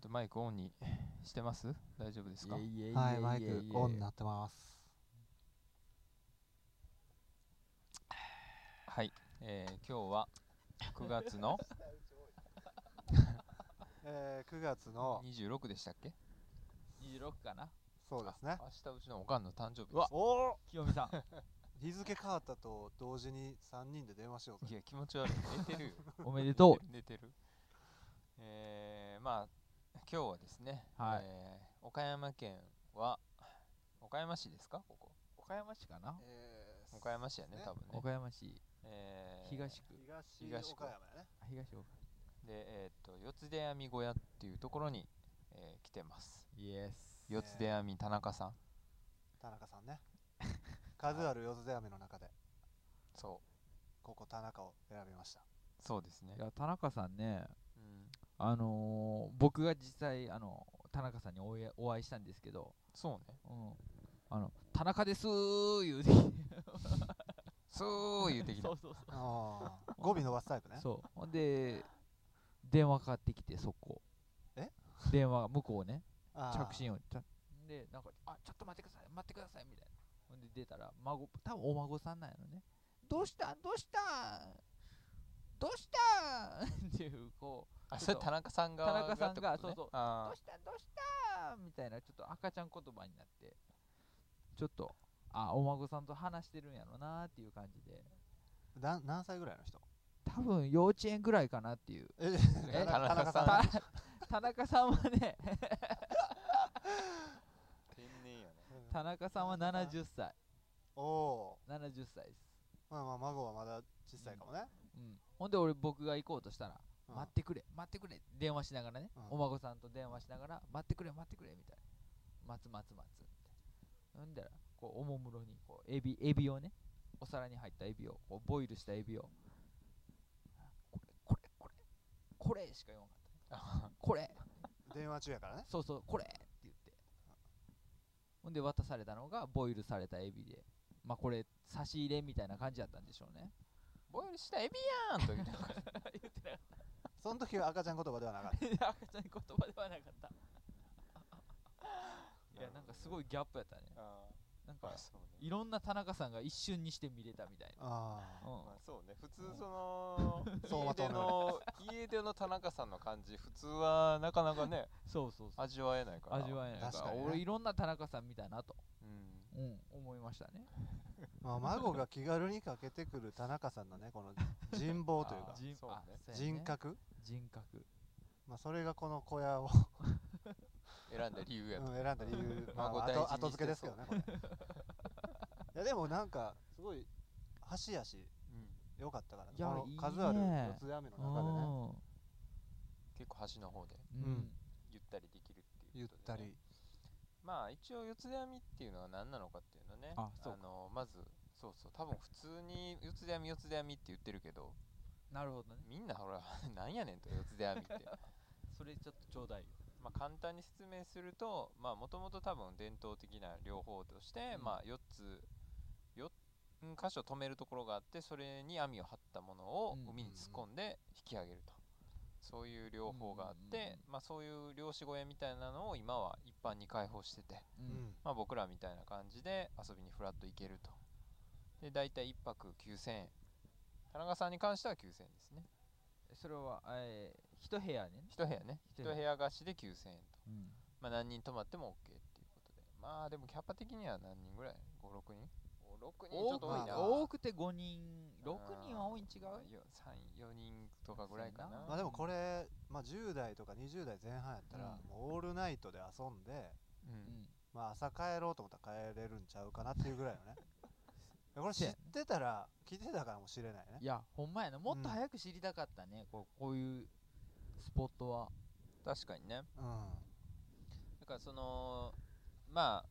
とマイクオンにしてます大丈夫ですかいえいえいえいえはい、マイクオンにいなってます。はい、えー今日は9月の えー、9月の、 26でしたっけえ26かなそうですねあ。明日うちのおかんの誕生日ですうわおお清美さん 日付変わったと同時に3人で電話しよういぜ。や気持ち悪い寝て るよおめでとう寝てる寝てるえー、まあ今日はですね、はいえー岡山県は岡山市ですかここ岡山市かなえー岡山市やねね多分ね岡山市えー東区東岡山やね。東岡でえーっと四つ出網小屋っていうところに、えー来てますイエス四つ出網田中さん田中さんね。数ある四つ手雨の中で、そうここ田中を選びました。そうですねいや田中さんねうんあのー僕が実際あの田中さんにお会いお会いしたんですけど、そうねうん、あの田中ですー言うてきてそう言うてきた そうそうそああ、語尾伸ばすタイプねう。そうほんで電話かかってきてそこえ電話向こうねあー着信音ちゃでなんか「あちょっと待ってください待ってください」みたいなほんで出たら孫多分お孫さんなんやろね「どうしたんどうしたんどうしたん」っていうこうあそれ田中さんが田中さんがそうそう「どあうしたんどうしたん」みたいなちょっと赤ちゃん言葉になってちょっとあお孫さんと話してるんやろなっていう感じでだ何歳ぐらいの人多分幼稚園ぐらいかなっていうえ、え田中田田中中ささんん。た田中さんはね天然やねうん田中さんは70歳おお70歳です、ー、まあまあ孫はまだ小さいかもね。うん、ほんで俺僕が行こうとしたらうん待ってくれ待ってくれ電話しながらね、うおん孫さんと電話しながら待ってくれ待ってくれみたいな待つ待つ待つみたいなほんだらこうおもむろにこうエビエビをねお皿に入ったエビをこうボイルしたエビをこれこれこれこれしか言わなかったこれ電話中やからね。そうそうこれって言ってほんで渡されたのがボイルされたエビでまあこれ差し入れみたいな感じだったんでしょうねボイルしたエビやんと言ってなかった言ってなかっその時は赤ちゃん言葉ではなかっ た赤ちゃん言葉ではなかったいやなんかすごいギャップやったねたなんかまあそうねいろんな田中さんが一瞬にして見れたみたいな、ああうんまあそうね普通そのそう家まと出めるの家出の田中さんの感じ普通はなかなか ねそうそうそう味わえないから味わえないから確かにね俺いろんな田中さん見たなと、うんうん、思いましたねまあ孫が気軽にかけてくる田中さんのねこの人望というかあ人そうねあそうやね人格人格まあそれがこの小屋を選んだ理由やうとん選んだ理由ま孫あ大事にして後後付けですけどねこれいやでもなんかすごい箸やしうん良かったからねいやこいいのね数ある四つ雨の中でね結構端の方でうん、ううんんゆったりできるっていうゆっことでたねりまあ一応四つ手編みっていうのは何なのかっていうのねあそうかのまずそうそう多分普通に四つ手編み四つ手編みって言ってるけどなるほどねみんなほら なんやねんと四つ手編み ってそれちょっとちょうだいよまあ簡単に説明するともともと多分伝統的な両方として、うんまあ4つ4箇所止めるところがあってそれに網を張ったものをうん海に突っ込んで引き上げると、そういう両方があって、うんうんうんまあ、そういう漁師小屋みたいなのを今は一般に開放してて、ううんんまあ、僕らみたいな感じで遊びにフラッと行けるとで大体1泊9000円田中さんに関しては9000円ですねそれは、えー、一部屋ね、 1部屋ね一1部屋部屋貸しで9000円と。うん、まあ、何人泊まっても OK っていうことでまあでもキャパ的には何人ぐらい56人56人ちょ多っとく多いまなあ多くて5人6人は多いん違う34人とかぐらいかそうやななまあでもこれまあ10代とか20代前半やったらうんもうオールナイトで遊んでうんうんまあ朝帰ろうと思ったら帰れるんちゃうかなっていうぐらいのねこれ知せっやねてたら聞いてたからもしれないねいやほんまやなもっと早く知りたかったね、こうこういうスポットは確かにねうだからそのまあ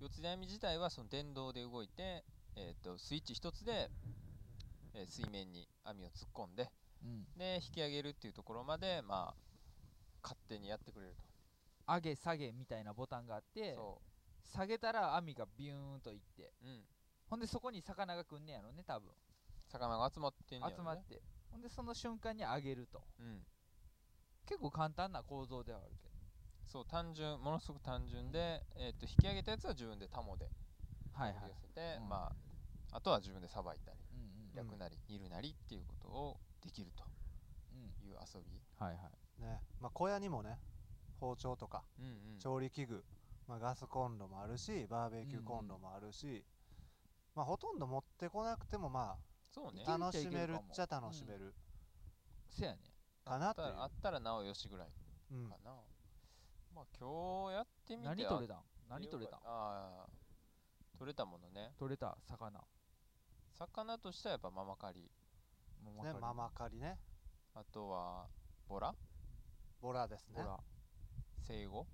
四つ波自体はその電動で動いて、えー、とスイッチ一つで、えー水面に網を突っ込んでうんで引き上げるっていうところまでまあ勝手にやってくれると、上げ下げみたいなボタンがあってそ下げたら網がビューンといってう、うん、ほんでそこに魚が来んねやろね多分魚が集まってんねやろね集まって、ほんでその瞬間に上げるとうん結構簡単な構造ではあるけどそう単純ものすごく単純で、えっと引き上げたやつは自分でタモではいはい取り寄せて、うんまあ、あとは自分でさばいたりうんうん焼くなり煮るなりっていうことをできるとうんいう遊び、はいはいねまあ、小屋にもね包丁とかうんうん調理器具、まあ、ガスコンロもあるしバーベキューコンロもあるし、まあ、ほとんど持ってこなくてもまそうねああ楽しめるっちゃ楽しめるせやねかなあっってたいう、らあったらなおよしぐらいうんかな、まあ今日やってみて何取れたん何取れたんあー取れたものね取れた魚魚としてはやっぱママカリマね、マママカリねあとはボラボラですカリねほら生後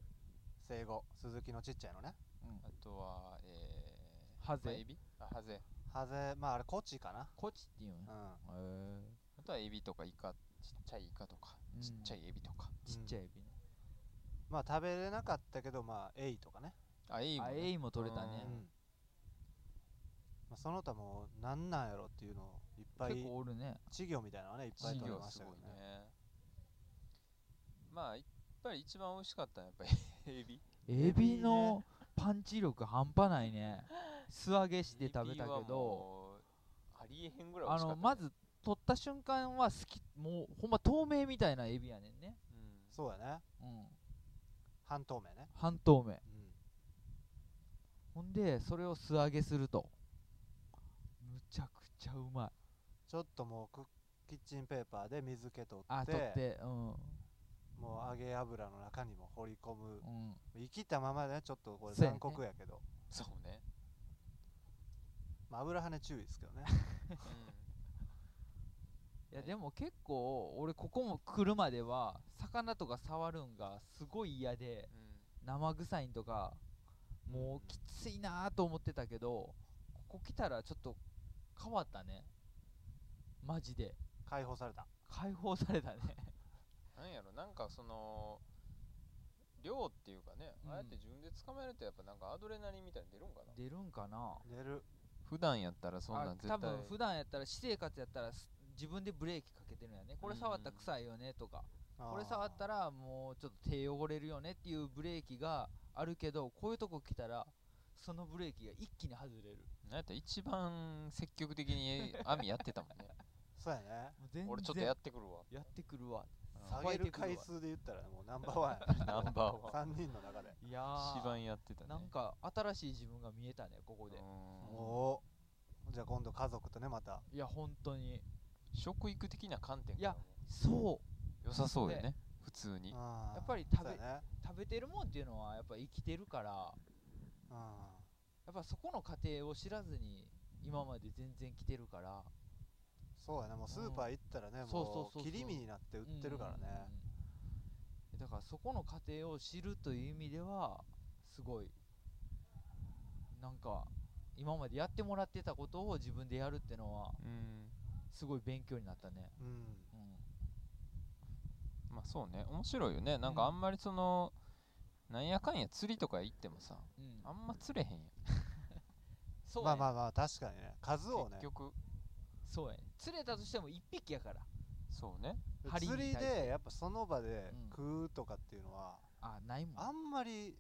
生後鈴木のちっちゃいのねあとはえーハゼまあエビあハゼハゼまああれコチかなコチっていうんうやんへえあとはエビとかイカちっちゃいイカとかうんちっちゃいエビとか、ちっちゃいエビねまあ食べれなかったけどまあエイとかね、あエイもあね、エイも取れたねううんんまあ、その他もう何なんやろっていうのをいっぱい結構おるね稚魚みたいなのはねいっぱい稚取れ魚ましすたけごどいねねまあやっぱり一番美味しかったのはやっぱりエビエエビねビのパンチ力半端ないね素揚げして食べたけエビはどもうありえへんぐらい美あ味しかった、ね、のまず取った瞬間は好きもうほんま透明みたいなエビやねんねうんそうやねうん半透明ね、半透明うんほんでそれを素揚げするとむちゃくちゃうまいちょっともうクッキッチンペーパーで水気取あって取ってうんもう揚げ油の中にも放り込むうん生きたままでねちょっとこれそうやね残酷やけどそうね、まあ、油跳ね注意ですけどねういやはいでも結構俺ここも来るまでは魚とか触るんがすごい嫌でんうん生臭いんとかもうきついなと思ってたけどここ来たらちょっと変わったねマジで解放された解放されたねなんやろなんかその量っていうかね、うんああやって自分で捕まえるとやっぱなんかアドレナリンみたいに出るんかな 出るんかな寝る普段やったらそんなあん絶対多分普段やったら私生活やったらす自分でブレーキかけてるんやねこれ触ったら臭いよねとかこれ触ったららもうちょっと手汚れるよねっていうブレーキがあるけどこういうとこ来たらそのブレーキが一気に外れるなんやったら一番積極的 に網やってたもんねそうやねもう全然俺ちょっとやってくるわやってくるわうんさば下げいてるくるわ回数で言ったらもうナンバーワンや ナンバーワン3人の中でいや一番やってたねなんか新しい自分が見えたねここでうんおおじゃあ今度家族とねまたいや本当に食育的な観点いやからもそ良さそうよね普通にややっぱり食べねう食べてるもんっていうのはやっぱ生きてるからうんやっぱそこの過程を知らずに今まで全然来てるからそうやねもうスーパー行ったらねんそうそうもそうそうう切り身になって売ってるからうんうんねうんだからそこの過程を知るという意味ではすごいなんか今までやってもらってたことを自分でやるってのはうんすごい勉強になったね、うんうまあそうね面白いよねなんかあんまりそのなんやかんや釣りとか行ってもさんうんあんま釣れへんやんそうまやあねまあまあ確かにね数をね結局そうやね釣れたとしても1匹やからそうね針に釣り対してでやっぱその場でうん食うとかっていうのはあないもんあんまり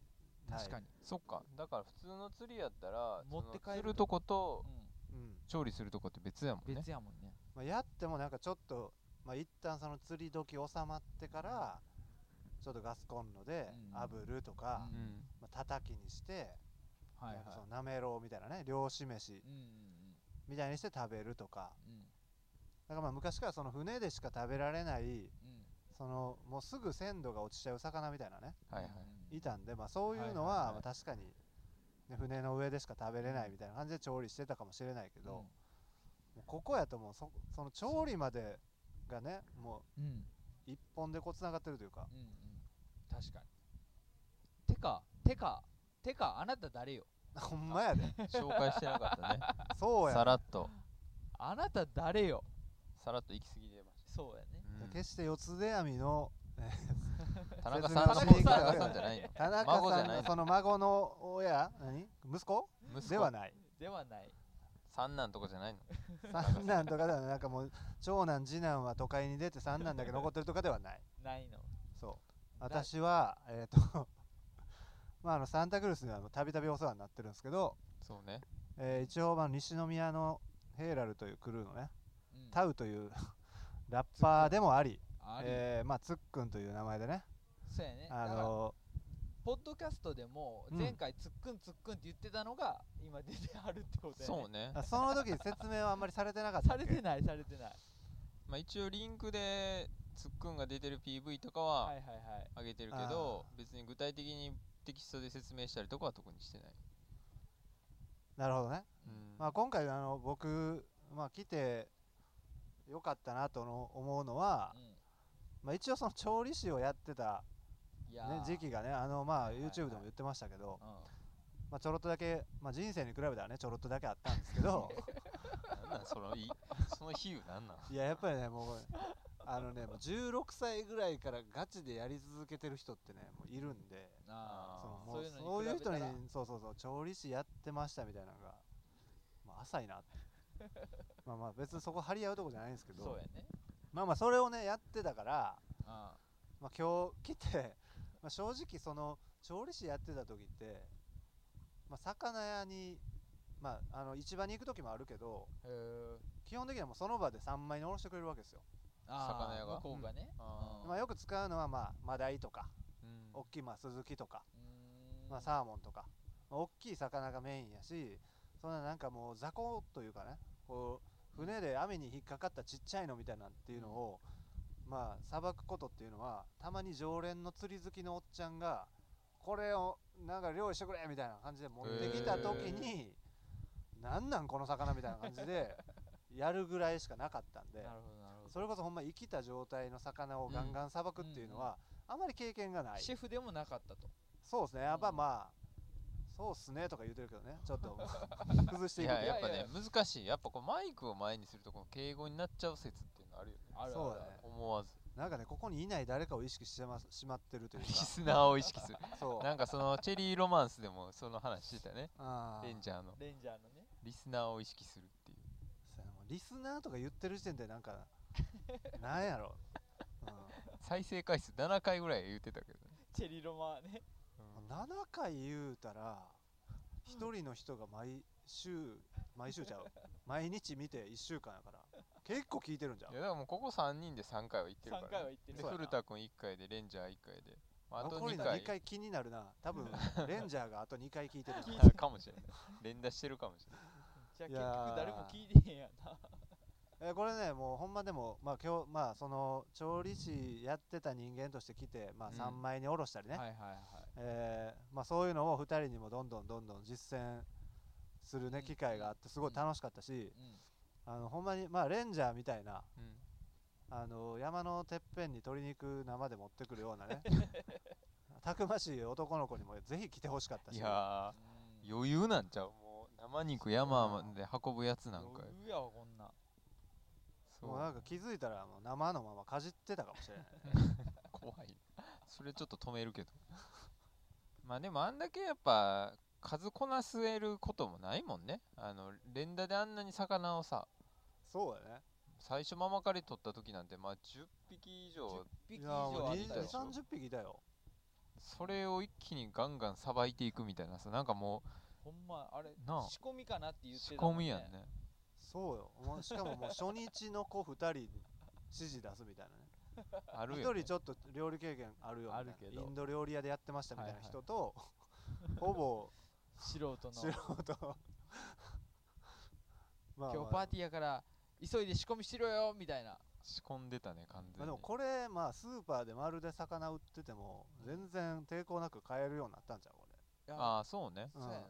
ない確かに、そっかだから普通の釣りやったら持って帰るその釣るとことうん調理するとこって別やもんね別やもんねまあ、やってもなんかちょっと、まあ、一旦その釣り時収まってから、ちょっとガスコンロでうん炙るとか、うんまあ、叩きにして、はいなんかそはのなめろうみたいなね漁師飯いうんうんみたいにして食べるとかうんだからまあ昔からその船でしか食べられないうんうんそのもうすぐ鮮度が落ちちゃう魚みたいなねはいはいうんいたんで、まあ、そういうはいはのいははいまあ確かに、ね、船の上でしか食べれないみたいな感じで調理してたかもしれないけど、もうここやともうそその調理までがねもうんうんう一本でこうつながってるというか うんうん確かにてかてかてかあなた誰よほんまやで。紹介してなかったねそうや。さらっとあなた誰よさらっと行き過ぎてましそうやねた、うん決して四つ出網の田中さんの説方明し田て中さんじゃないの田中孫じさゃんないののその孫の親何息子息子ではないではない三男とかじゃないの三男とかではないなんかもう長男次男は都会に出て三男だけ残ってるとかではないないのそ私はえっ、と まああのサンタクルスにはたびたびお世話になってるんですけど、そうねえー一応まあ西宮のヘイラルというクルーのねうんタウという ラッパーでもありありえーまあつっくんという名前でねそうやねあだからのポッドキャストでもうん前回つっくんつっくんって言ってたのが今出てはるってことやねそうねあその時説明はあんまりされてなかった さっけれてないされてないまあ一応リンクでつっくんが出てる PV とかはいははいはい上げてるけど、別に具体的にテキストで説明したりとかは特にしてない、なるほどね、うんまあ、今回あの僕、まあ、来てよかったなとの思うのは、まあ、一応その調理師をやってた、うんいねやー、時期がねあのまあはいはいはい YouTube でも言ってましたけど、うまあ、ちょろっとだけ、まあ、人生に比べたらねちょろっとだけあったんですけ どなんなんそのいその比喩なんなんいややっぱりねもうあのねもう16歳ぐらいからガチでやり続けてる人ってねもういるんで。んあそのーもうそそうういいうのうに比べた人らにそうそうそう調理師やってましたみたいなのが、まあ、浅いなって まあまあ別にそこ張り合うとこじゃないんですけどそうやねまあまあそれをねやってたから、あまあ、今日来て、まあ、正直その調理師やってた時って、まあ、魚屋に、まあ、あの市場に行く時もあるけどへー基本的にはもうその場で三枚におろしてくれるわけですよ、あー魚屋が向こうがねあうんまあ、よく使うのはまあマダイとかうん大きいまあスズキとか、うーんまあ、サーモンとか、まあ、大きい魚がメインやしそんななんかもう雑魚というかねこう船で網に引っかかったちっちゃいのみたいなんっていうのをまあさばくことっていうのはたまに常連の釣り好きのおっちゃんがこれをなんか料理してくれみたいな感じで持ってきた時になんなんこの魚みたいな感じでやるぐらいしかなかったんでなるほどなるほどそれこそほんま生きた状態の魚をガンガンさばくっていうのはあまり経験がないシェフでもなかったとそうですね、やっぱうんまあ、そうっすねとか言ってるけどね、ちょっと崩していいくやいややっぱいやね難しいやっぱこうマイクを前にするとこの敬語になっちゃう説っていうのあるよねあるあるそうだね思わずなんかね、ここにいない誰かを意識してますしまってるというリか、スナーを意識 するそう、なんかそのチェリーロマンスでもその話してたねあーレンジャーのレンジャーのねリスナーを意識するっていうそうやなもうリスナーとか言ってる時点で、なんか、なんやろ、う再生回数7回ぐらい言ってたけどね、チェリロマねん、7回言うたら、1人の人が毎週、毎週ちゃう、毎日見て1週間やから、結構聞いてるんじゃんいや。だからもうここ3人で3回は行ってるから、 3回は行ってるでから古田君1回でレンジャー1回で、まあ、あと残り2の回2回気になるな、多分 レンジャーがあと2回聞いてるな。あかもしれない連打してるかもしれないじゃあ結局いやー誰も聞いてへんやなえーこれねもうほんまでもまあ今日まあその調理師やってた人間として来てまあうん三枚におろしたりね、はいはいはいえーまあそういうのを二人にもどんどんどんどん実践するうねん機会があってすごい楽しかったし、うんあのほんまにまあレンジャーみたいなうんあの山のてっぺんに鶏肉生で持ってくるような ねたくましい男の子にもぜひ来てほしかったしいやうんー余裕なんちゃうもう生肉山まで運ぶやつなんか余裕やわこんなんそうもうなんか気づいたらもう生のままかじってたかもしれないね怖いそれちょっと止めるけどまあでもあんだけやっぱ数こなすえることもないもんねあの連打であんなに魚をさそうだね最初ママカレ取った時なんてまあ10匹以上一匹い以や上もあうっ2たでよしょ3 0匹いたよそれを一気にガンガンさばいていくみたいなさなんかもほんまあれなあ仕込みかなって言うってた仕込みやんねそうよもうしかももう初日の子2人に指示出すみたいなねある一よ、人ね、ちょっと料理経験あるよあみるたいけなどインド料理屋でやってましたみたいなはいはい人と、ほぼ素人の 素人まあ、今ま日パーあ、ティーやから急いで仕込みしろよみたいな仕込んでたね完全に、まあでもこれまあスーパーで丸で魚売ってても全然抵抗なく買えるようになったんじゃうこいやああそうねそうやなれ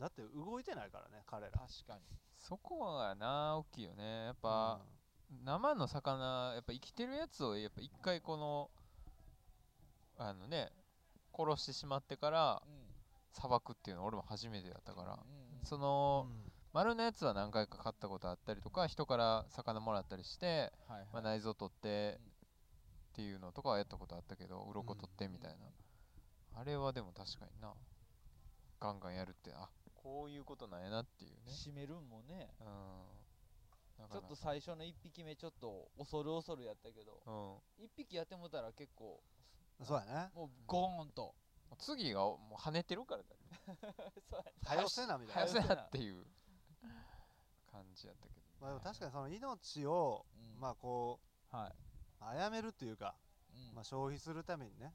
だって動いてないからね彼ら確かにそこはな大きいよねやっぱ、うん生の魚やっぱ生きてるやつをやっぱ一回このあのね殺してしまってからうんさばくっていうの俺も初めてだったから、うんうんそうんの丸のやつは何回か買ったことあったりとか人から魚もらったりして、はいはいまあ、内臓取ってっうんていうのとかはやったことあったけど鱗取ってみたいな、あれはでも確かになガンガンやるってあこういうことなんやなっていうね締めるんもねうんなちかょなっかと最初の1匹目ちょっと恐る恐るやったけどうん1匹やってもうたら結構そうやねもうゴーン ともう次がもう跳ねてるからだねそう多様性なみたい早なせなっていう感じやったけど、まあでも確かにその命を、うんまあこやはい、うあやめるっていうか、うんまあ、消費するためにね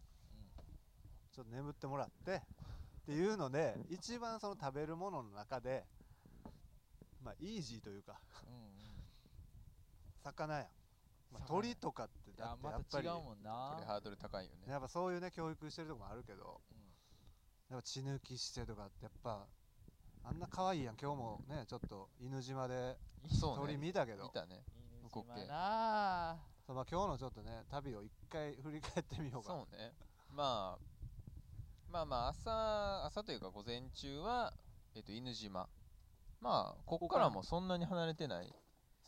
ちょっと眠ってもらってっていうので一番その食べるものの中でまあイージーというかうんうんうん魚やん、ま魚あ、や鳥とかっていだやってやまっぱた違りうもんなこれハードル高いよねやっぱそういうね教育してるとこもあるけどうんやっぱ血抜きしてとかってやっぱあんな可愛いやん今日もねちょっと犬島でそうね鳥見たけど見たね犬動け島なあそうまあ、今日のちょっとね旅を一回振り返ってみようかそうねまあまあまあ朝朝というか午前中は、えっと犬島まあここからもそんなに離れてない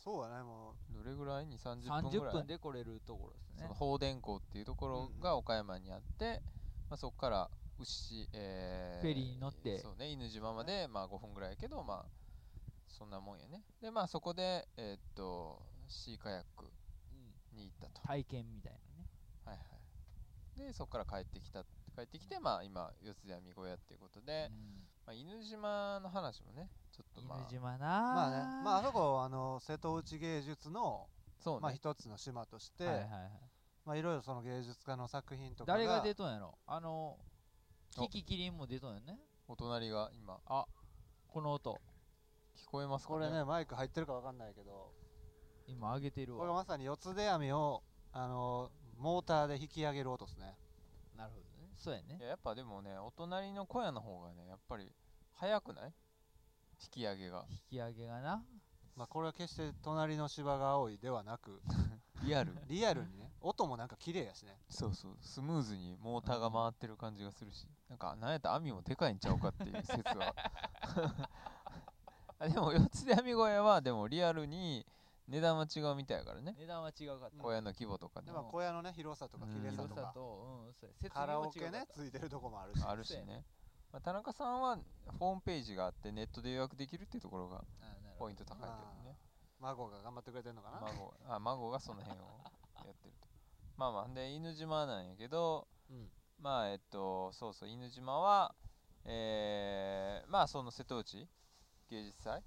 そうやねもどれぐらい2 3 0分ぐらい30分で来れるところですそねの放電港っていうところが岡山にあって、まあ、そこから牛、えーフェリーに乗ってそうね犬島まで、まあ、5分ぐらいやけどまあそんなもんやねでまあそこでえーっとシーカヤックうんに行ったと、体験みたいなねはいはい、でそこから帰ってきた帰ってきてまあ今四谷み小屋っていうことで、まあ、犬島の話もねちょっとうんまあ犬島なうあまあねまああそこあの瀬戸内芸術の、そうね、まあ、一つの島として、はいはいはいまあ、いろいろその芸術家の作品とか誰が出とんやろあのキキキリンも出とんやねお隣が今この音聞こえますかこれねマイク入ってるかわかんないけど今上げてるこれがわまさに四つ出網をあのモーターで引き上げる音ですねなるほどねそうやねいややっぱでもねお隣の小屋の方がねやっぱり早くない引き上げが引き上げがなまあこれは決して隣の芝が青いではなくリアルリアルにね音もなんか綺麗やしねそうそうスムーズにモーターが回ってる感じがするしなんかなんやったら網もでかいんちゃうかっていう説は あでも四つで網小屋はでもリアルに値段は違うみたいやからね値段は違うかったうん小屋の規模とかでねまあ小屋のね広さとかうん綺麗さ広とかさ、と、うん、そうや設カ備もラオ違うかっケたねついてるとこもあるしあるしね、まあ、田中さんはホームページがあってネットで予約できるっていうところがあなるほポどイント高いけどね孫が頑張ってくれてるのかな、孫あ孫がその辺をやってるとまあまあで犬島なんやけどうんまあえっとそうそう犬島はえー、まあその瀬戸内芸術祭、うん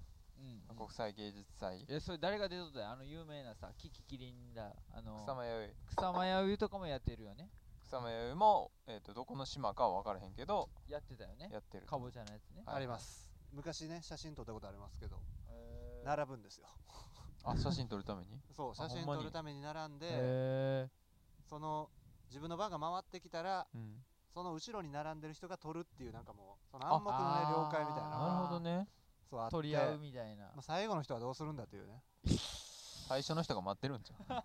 うん国際芸術祭いやそれ誰が出とったんやあの有名なさキキキリンだあの草間彌生草間彌生とかもやってるよね草間彌生も、えっとどこの島かは分からへんけどやってたよねやってるかぼちゃのやつねはいあります昔ね写真撮ったことありますけどへー並ぶんですよあ写真撮るためにそうあ写真ほんま撮にるために並んでへその自分の番が回ってきたらうんその後ろに並んでる人が撮るっていうなんかもうその暗黙のねあ了解みたいなのながるほどねそうあーって取り合うみたいなまあ、最後の人はどうするんだというね最初の人が待ってるんちゃ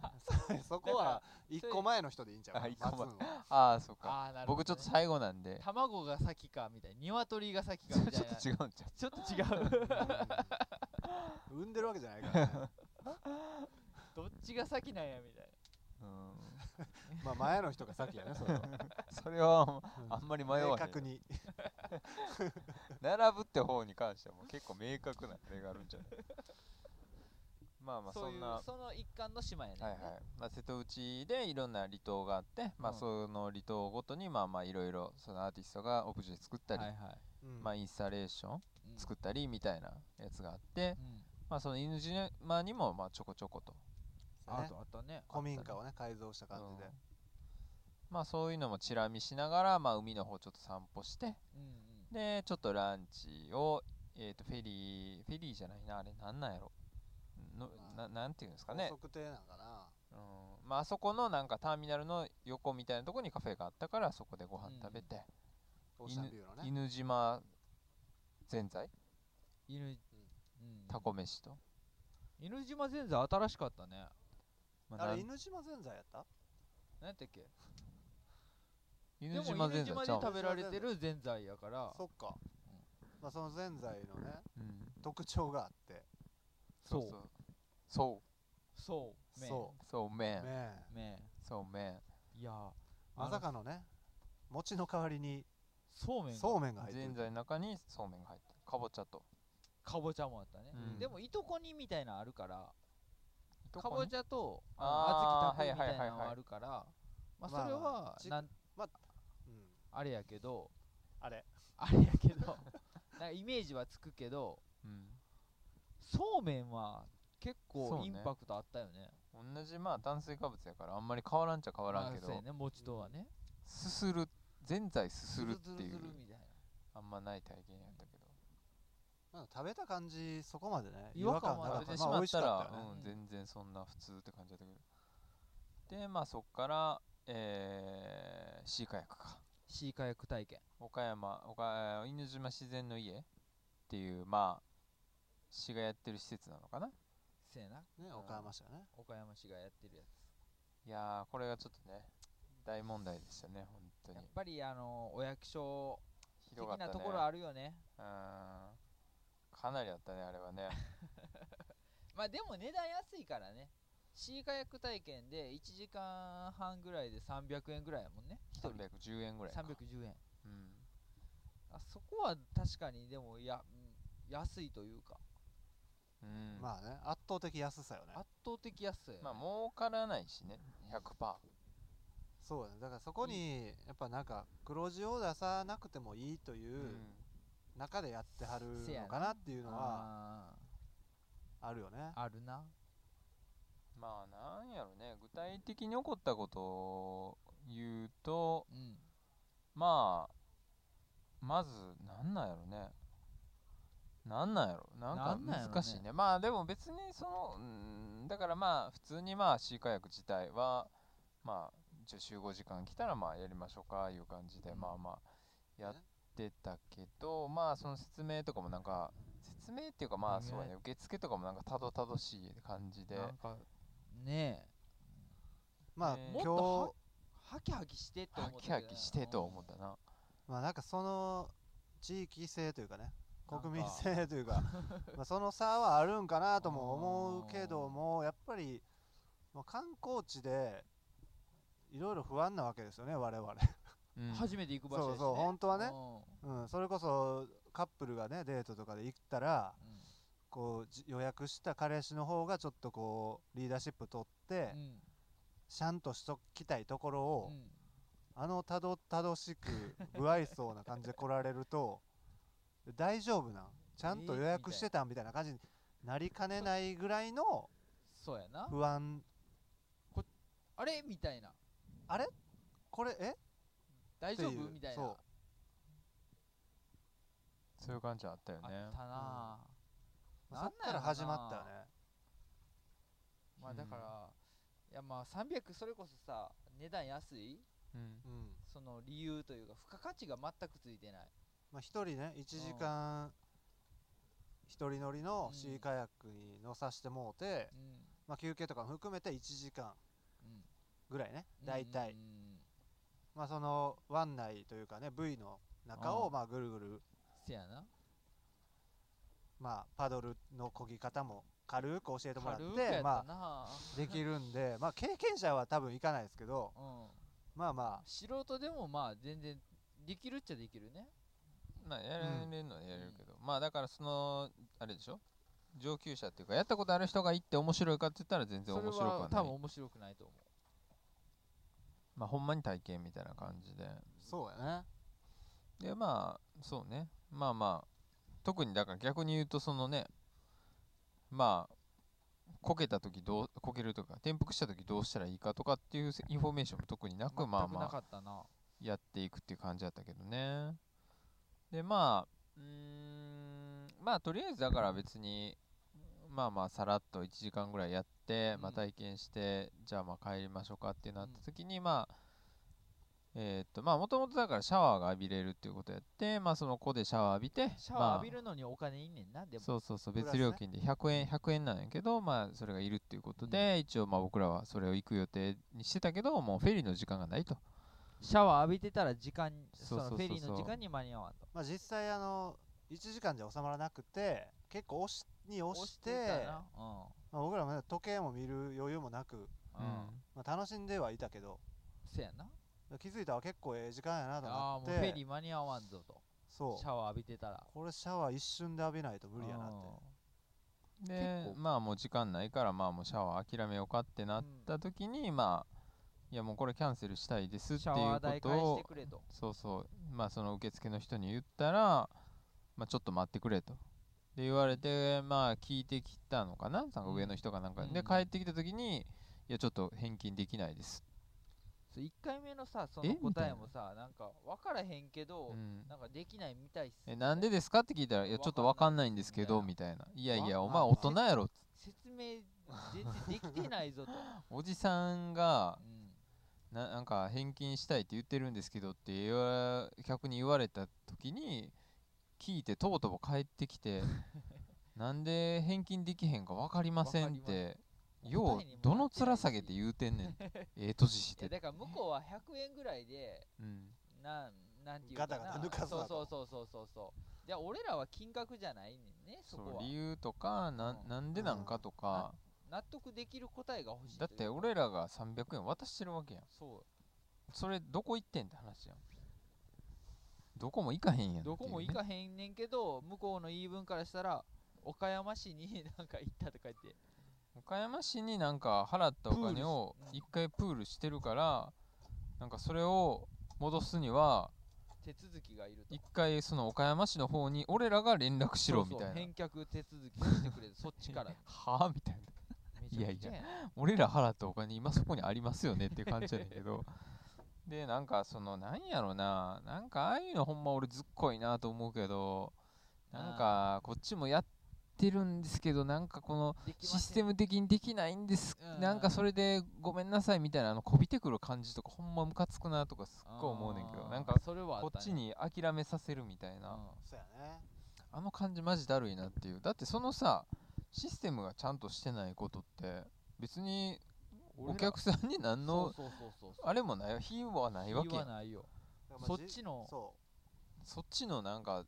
う そ こは一個前の人でいいんちゃうあ一個前待つのはああそっかあーなるほど僕ねちょっと最後なんで卵が先かみたいな鶏が先 ちかょっみたいなと違うんちゃうちょっと違ううん産んでるわけじゃないから、ね、 どっちが先なんやみたいなうんまあ前の人が先やねそれは、それはもううん あんまり迷わへん明よ確に並ぶって方に関してはもう結構明確な例があるん じゃないま あまあそそういうんなはその一環の島やねいはい、まあ、瀬戸内でいろんな離島があって、まあ、うんその離島ごとにまあまあいろいろそのアーティストがオブジェ作ったり、はいはいうんまあ、インスタレーションうん作ったりみたいなやつがあって、うんまあ、その犬島にもまあちょこちょこと、そうねあとあったね古民家をね改造した感じうでん、まあ、そういうのもチラ見しながら、まあ、海の方ちょっと散歩してうんうんでちょっとランチを、えー、とフェリーフェリーじゃないなあれなんなんやろのまななんていうんですか高ね、速艇なんかなうんまああそこのなんかターミナルの横みたいなとこにカフェがあったからそこでご飯食べて、オーシャンビューのね犬島ぜんざい犬、うん、タコ飯と、犬島全然新しかったねまああなんれ犬島ぜんざいやった何やったっけで犬も島ぜ犬んざい島でちゃう食べられてるぜんざいやからそっか、まあ、そのぜんざいのねうん特徴があってそうそうそそうそうそうそうめうねんえうねそうめんいやあまのさかのね餅の代わりにそうめんがそうめんが入ってぜんるざいの中にそうめんが入ってるかぼちゃとかぼちゃもあったね、うんでもいとこにみたいなのあるからどかこぼにちゃとああのー小豆たこみたいはいなのはいはいははいあるからまあまあそれまあはちなんまああれやけどあれあれやけど なんかイメージはつくけどうんそうめんは結そう構ねインパクトあったよね同じまあ炭水化物やからあんまり変わらんちゃ変わらんけまあど、そうやね餅とはねすするぜんざいすするっていズうルズルズルみたいなあんまない体験やったけどまあ食べた感じそこまでね違和感はなかっ食たべてしまあま美っ味したからったよねねうん、全然そんな普通って感じだったけどでまあそっからえー、シーカヤックかシーカヤック体験岡山岡犬島自然の家っていうまあ市がやってる施設なのかなせやなね岡山市はね岡山市がやってるやいやーこれがちょっとね大問題でしたね本当につやっぱりあのお役所ひ的どかったなねところあるよねうんかなりあったねあれはねまあでも値段安いからねシーカヤック体験で1時間半ぐらいで300円ぐらいやもんね1人310円ぐらいか310円うんあそこは確かにでもやうん安いというかうんまあね圧倒的安さよね圧倒的安さよね、まあ儲からないしね100%そうだねだからそこにやっぱなんか黒字を出さなくてもいいといううん中でやってはるせやのなかなっていうのはああるよねーあるなまあなんやろね具体的に起こったことを言うとうんまあまずなんなんやろねなんなんやろななんんなんかやろね難しいねまあでも別にそのうんだからまあ普通にまあシーカヤック自体はまあ一応集合時間来たらまあやりましょうかいう感じで、うんまあまあやってたけどまあその説明とかもなんか説明っていうかまあねそうやね受付とかもなんかたどたどしい感じでなんかねえまあねもっ今日とはハキハキしてとハ思ったけキどハねキしてと思ったなまあなんかその地域性というかねなんか国民性というかまあその差はあるんかなとも思うけどもやっぱりまあ観光地でいろいろ不安なわけですよね我々、うん初めて行く場所です、ね、そうそう本当はねううん、それこそカップルがねデートとかで行ったらんうんこうじ予約した彼氏の方がちょっとこうリーダーシップ取って、うんシャンとしときたいところをう、んあのたどたどしく不愛想な感じで来られると大丈夫なんちゃんとえ予約してたんみたいな感じになりかねないぐらいのそうやな不安あれみたいなこれえ大丈ってい夫うみたいなそそういう感じはあったよあっねたなあ、うなんなんやろそっから始まったよねまあだからう、いやまあ300それこそさ値段安いうんうんその理由というか付加価値が全くついてないまあ、1人ね1時間1人乗りのうんシーカヤックに乗させてもうて、うんまあ、休憩とかも含めて1時間うんぐらいね大体、うんうんまあ、その湾内というかね V の中うをんまあぐるぐる、せやなまあ、パドルの漕ぎ方も軽く教えてもらっ軽くやて、ったまなあ、、できるんで、まあ、経験者は多分行かないですけどうん、まあま素人でもまあ全然できるっちゃできるねまあやれるのはやれるけど、まあだからそのあれでしょ上級者っていうかやったことある人が行って面白いかって言ったら全然それ面白くははな多い分面白くないと思うまあほんまに体験みたいな感じであそうやねでまあそうねまあまあ特にだから逆に言うとそのねまあこけた時どうこけるとか転覆した時どうしたらいいかとかっていうインフォメーションも特になくまあ全くなまあかったなやっていくっていう感じだったけどねでまあうーんまあとりあえずだから別にまあまあさらっと1時間ぐらいやって、うんまあ体験してじゃあまあ帰りましょうかってなった時に、まあえーっとまあもともとだからシャワーが浴びれるっていうことやってまあその子でシャワー浴びてシャワー浴びるのにお金いんねんなまあ、でもそうそうそうプラ別スね料金で100円100円なんやけどまあそれがいるっていうことで、一応まあ僕らはそれを行く予定にしてたけどもうフェリーの時間がないとシャワー浴びてたら時間そそうそうそうそうのフェリーの時間に間に合わんとまあ、実際あの1時間じゃ収まらなくて結構押しに押してたなまあ、僕らもね時計も見る余裕もなく、うんうんまあ、楽しんではいたけどせやな気づいたら結構ええ時間やなとああも思っうてフェリー間に合わんぞとそシうャワー浴びてたらこれシャワー一瞬で浴びないと無理やなってで結構まあもう時間ないからまあもうシャワー諦めようかってなった時に、まあいやもうこれキャンセルしたいですってシいャワー代うこと返しをてくれと。そうそうまあその受付の人に言ったら、まあ、ちょっと待ってくれとで言われてまあ聞いてきたのかななんか上の人かなんか、うんで帰ってきた時にいやちょっと返金できないです、そう1回目のさ、そえのみたいな答えもさ、なんか分からへんけどう、ん、なんかできないみたいっす。えなんでですかって聞いたらいやちょっとわかんないんですけどみたいないやいやお前大人やろ説明全然できてない ぞと。おじさんがうんななんか返金したいって言ってるんですけどって言わ客に言われた時に聞いてとぼとぼ帰ってき てなんで返金できへんか分かりませんっわかりてよ答えにうもどなのってな面い下げして言うてんねん ええ年しいやて、だから向こうは100円ぐらいで、うん、なんなんていうかなガタガタ抜かすそなうそとうそうそうそうそうじゃあ俺らは金額じゃないねんねそそこうは理由とかなうんなんでなんかとか納得できる答えが欲しいだっというて俺らが300円渡してるわけやんそそれどこ行ってんって話やんどこも行かへんやんうどこも行かへんねんけど向こうの言い分からしたら岡山市に なんか行ったとか言って岡山市になんか払ったお金をプールし一回プールしてるからなんかそれを戻すには手続きがいると一回その岡山市の方に俺らが連絡しろみたいそうなそう返却手続きをしてくれるそっちからはあみたいなめちゃくちゃいやな俺ら払ったお金今そこにありますよねっていう感じやねんけどでなんかそのなんやろななんかああいうのほんま俺ずっこいなと思うけどなんかこっちもやってるんですけどなんかこのできませシんステム的にできないんです、うんなんかそれでごめんなさいみたいなあのこびてくる感じとかほんまムカつくなとかすっごい思うねんけどあーなんかそれはあこたっねちに諦めさせるみたいな、そうやねあの感じマジだるいなっていうだってそのさシステムがちゃんとしてないことって別にうんお客さんに何のそうそうそうそうあれもないわ非はないわけ言やわんないよだからまあそっじちのそそっちのなんか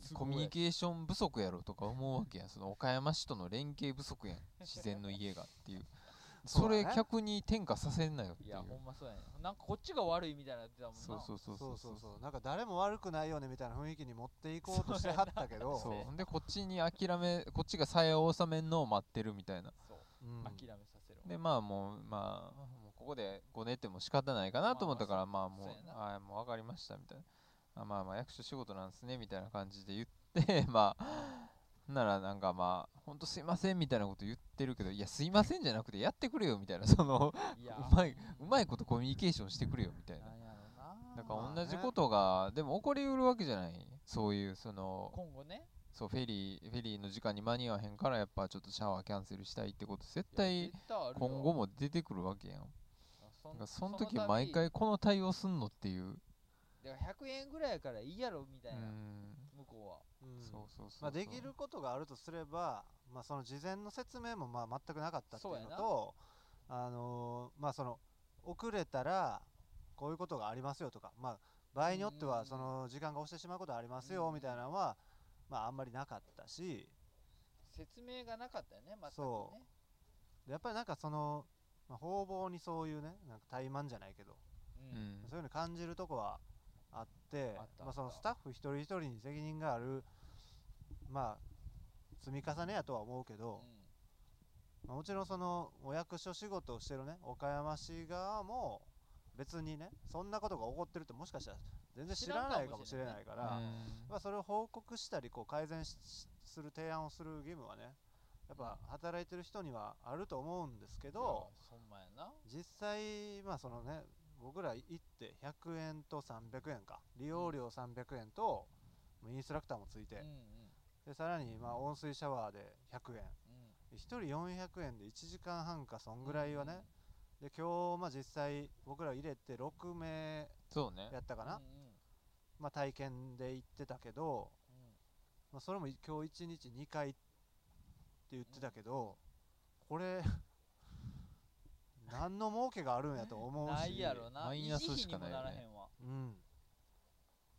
都合やしコミュニケーション不足やろとか思うわけやんその岡山市との連携不足やん自然の家がっていうそそうだねれ客に転嫁させんなよっていいうやほんまそうやねなんかこっちが悪いみたいになってたもんなそうそうそううそそううそそううそうなんか誰も悪くないよねみたいな雰囲気に持っていこうとしてはったけどそうねほんでこっちに諦めこっちがさえ納めんのを待ってるみたいなそううん諦めさせるでまあもうまあもうここでごねっても仕方ないかなと思ったからまあもうそうやあーもう分かりましたみたいなあまあまあ役所仕事なんですねみたいな感じで言って まあならなんかまあほんとすいませんみたいなこと言ってるけどいやすいませんじゃなくてやってくれよみたいなそのいやうまいうまいことコミュニケーションしてくれよみたいななんやろなだまかあら同ねじことがでも起こりうるわけじゃないそういうその今後ねそうフェリーフェリーの時間に間に合わへんからやっぱちょっとシャワーキャンセルしたいってこと絶対今後もも出てくるわけやんそなんんかそのそ時度毎回この対応すんのっていうだから100円ぐらいやからいいやろみたういな、ん向こうはうんそうそうそうまあ、できることがあるとすれば、まあ、その事前の説明もまあ全くなかったっていうのとあのーまあ、その遅れたらこういうことがありますよとか、まあ、場合によってうはんその時間が押してしまうことありますようんみたいなのは、まあ、あんまりなかったし説明がなかったよねまたねそでやっぱりなんかその、まあ、方々にそういうねなんか怠慢じゃないけど、ううんんそういうの感じるとこはあってあったまあ、そあのったスタッフ一人一人に責任がある、まあ、積み重ねやとは思うけど。うんまあもちろんそのお役所仕事をしてるね岡山市側も別にねそんなことが起こってるってもしかしたら全然知らないかもしれないからうやっんぱそれを報告したりこう改善しする提案をする義務はねやっぱ働いてる人にはあると思うんですけどいやそんまやな実際まあそのね僕ら行って100円と300円か利用料300円とインストラクターもついてうんうんでさらにまあ温水シャワーで100う円ん1人400円で1時間半かそんぐらいはね、うんうんで今日、まあ、実際僕ら入れて6名そうねやったかな、うんうんまあ、体験で行ってたけど、うんまあ、それも今日1日2回って言ってたけど、これ何の儲けがあるんやと思うしないやろなマイナスしかないよね維持費にもならへんわうん、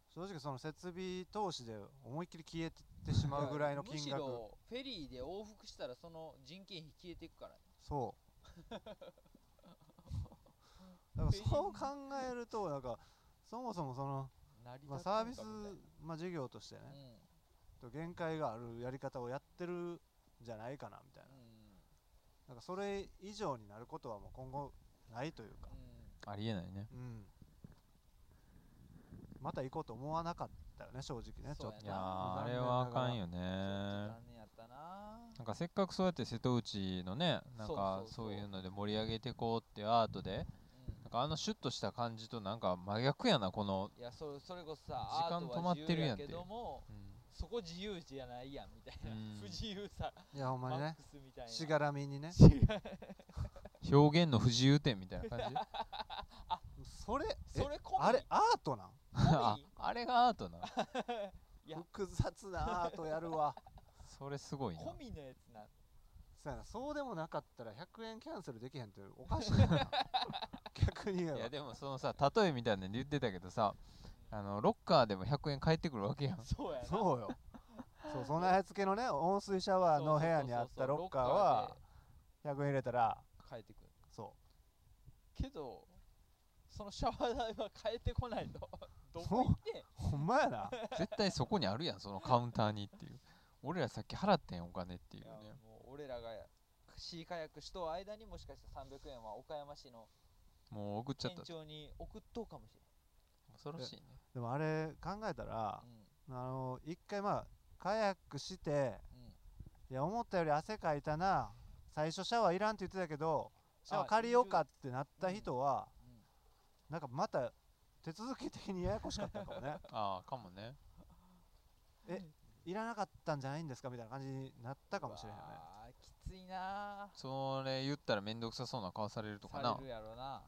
正直その設備投資で思いっきり消えてしまうぐらいの金 むし額ろフェリーで往復したらその人件費消えていくからねそう だからそう考えるとなんかそもそもその、成り立つんまかあ、サービスみたいな、まあ、事業としてね、うんと限界があるやり方をやってるんじゃないかなみたいな,、うんなんかそれ以上になることはもう今後ないというかう、んありえないねうんまた行こうと思わなかったよね正直ねちそょうっやいなやー残あ念れはあながからんよねちょっと残念やったななんかせっかくそうやって瀬戸内のねなんかそそうそうそうういうので盛り上げてこうってアートでうなんかあのシュッとした感じとなんか真逆やなこの、んいやそれそれこそさ時間アートは止まってるやんって自由けどもそこ自由じゃないやんみたいなうん不自由さといやほんマまにッねクスみたいなしがらみにね違う表現の不自由点みたいな感じそれえそれ込みあれアートなん ああれがアートないや複雑なアートやるわそれすごいな込みのやつなんそうやなそうでもなかったら100円キャンセルできへんっておかしいよな逆に言えばいやでもそのさ例えみたいなんで言ってたけどさあのロッカーでも100円返ってくるわけやんそうやなそうよそう備え付けのね温水シャワーの部屋にあったロッカーは100円入れたら変えてくるそけどそのシャワー台は変えてこないとどこ行ってんうほんまやな絶対そこにあるやんそのカウンターにっていう俺らさっき払ってんお金っていういねやもう俺らがシーカヤックしとう間にもしかしたら300円は岡山市のもう送っちゃっ県た庁に送っとうかもし恐ろしいねでもあれ考えたれらん、あの一回まあカヤックしてうんうんいや思ったより汗かいたな最初シャワーいらんって言ってたけどシャワーあ借りようかってなった人は、うんなんかまた手続き的にややこしかったかもねああかもねいらなかったんじゃないんですかみたいな感じになったかもしれへんよねうわーきついなそれ言ったら面倒くさそうな顔されるとーかさなれるやろな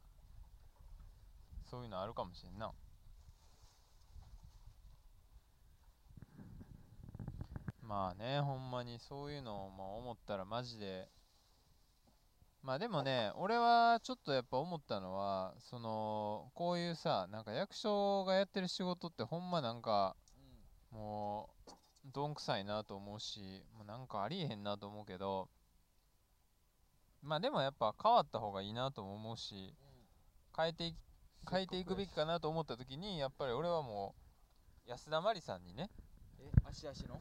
そういうのあるかもしれんなまあねほんまにそういうのをまあ思ったらマジでまあでもね俺はちょっとやっぱ思ったのはそのこういうさなんか役所がやってる仕事ってほんまなんかうんもうどんくさいなと思うしもうなんかありえへんなと思うけどまあでもやっぱ変わった方がいいなとも思うしうん変えてい変えていくべきかなと思った時にやっぱり俺はもう安田真理さんにねえ足足の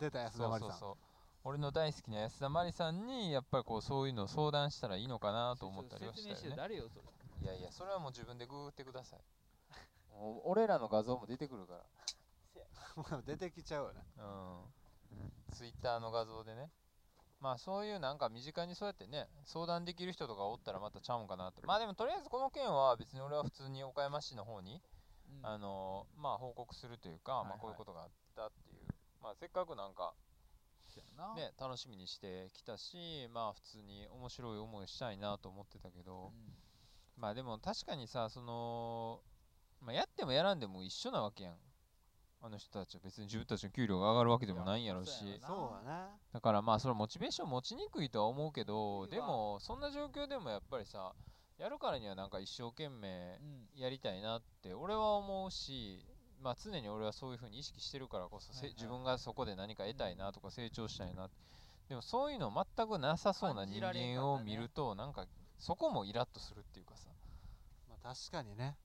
出た安田そまうりそさうんそう俺の大好きな安田真理さんにやっぱりこうそういうのを相談したらいいのかなと思ったりはした説よ明してね誰よそれいやいやそれはもう自分でググってください お俺らの画像も出てくるからも う出てきちゃうよねうん、ツイッターの画像でねまあそういうなんか身近にそうやってね相談できる人とかおったらまたちゃうんかなってまあでもとりあえずこの件は別に俺は普通に岡山市の方に、うんあのまあ報告するというか、いはいまあこういうことがあったっていうまあせっかくなんかそうやなね楽しみにしてきたしまあ普通に面白い思いしたいなと思ってたけうど、んまあでも確かにさその、まあ、やってもやらんでも一緒なわけやんあの人たちは別に自分たちの給料が上がるわけでもないんやろうしいやそうやろなそうだねだからまあそれモチベーション持ちにくいとは思うけどいいでわもそんな状況でもやっぱりさやるからにはなんか一生懸命うんやりたいなって俺は思うしまあ常に俺はそういうふうに意識してるからこそはいせはい自分がそこで何か得たいなとか成長したいなでもそういうの全くなさそうな感じ人られんかったね間を見るとなんかそこもイラッとするっていうかさまあ確かにね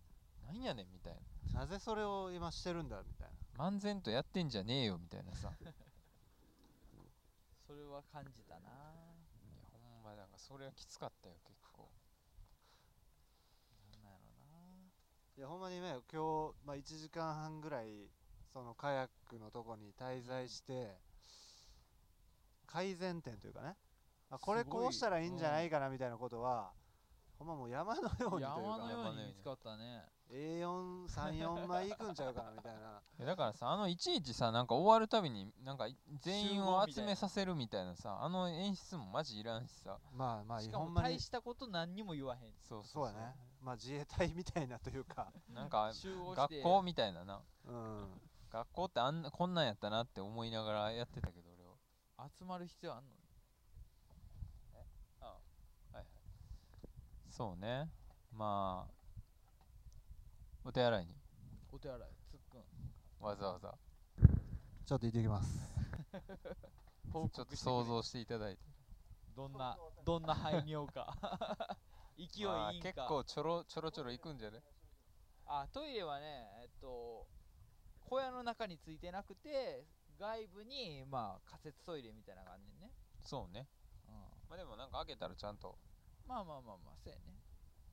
なんやねんみたいななぜそれを今してるんだみたい漫然とやってんじゃねえよみたいなさいやそれは感じたなほんまなんかそれはきつかったよ結構なんやろないやほんまにね今日、まあ、1時間半ぐらいそのカヤックのとこに滞在して改善点というかねあこれすごいこうしたらいいんじゃないかなみたいなことは、ほんまもう山のようにという山のかように見つかったね A434 枚いくんちゃうかなみたいないやだからさあのいちいちさなんか終わるたびになんかい全員を集合みた集いなめさせるみたいなさあの演出もマジいらんしさまあまあしかほもんまに大したこと何にも言わへんそうそそううやねまあ自衛隊みたいなというか、なんか集合して学校みたいななうん、学校ってあんなこんなんやったなって思いながらやってたけど俺は集まる必要あんのそうねまあお手洗いにお手洗いつっくんわざわざちょっと行ってきます報ちょっと告してくれ想像していただいてどんなどんな排 尿か勢いいまあいんか結構ちょろちょろちょろ行くんじゃねあトイレはねえっと小屋の中についてなくて外部にまあ仮設トイレみたいなのがあんねんね、そうねうん、まあでもなんか開けたらちゃんとまあまあまあまあそうやね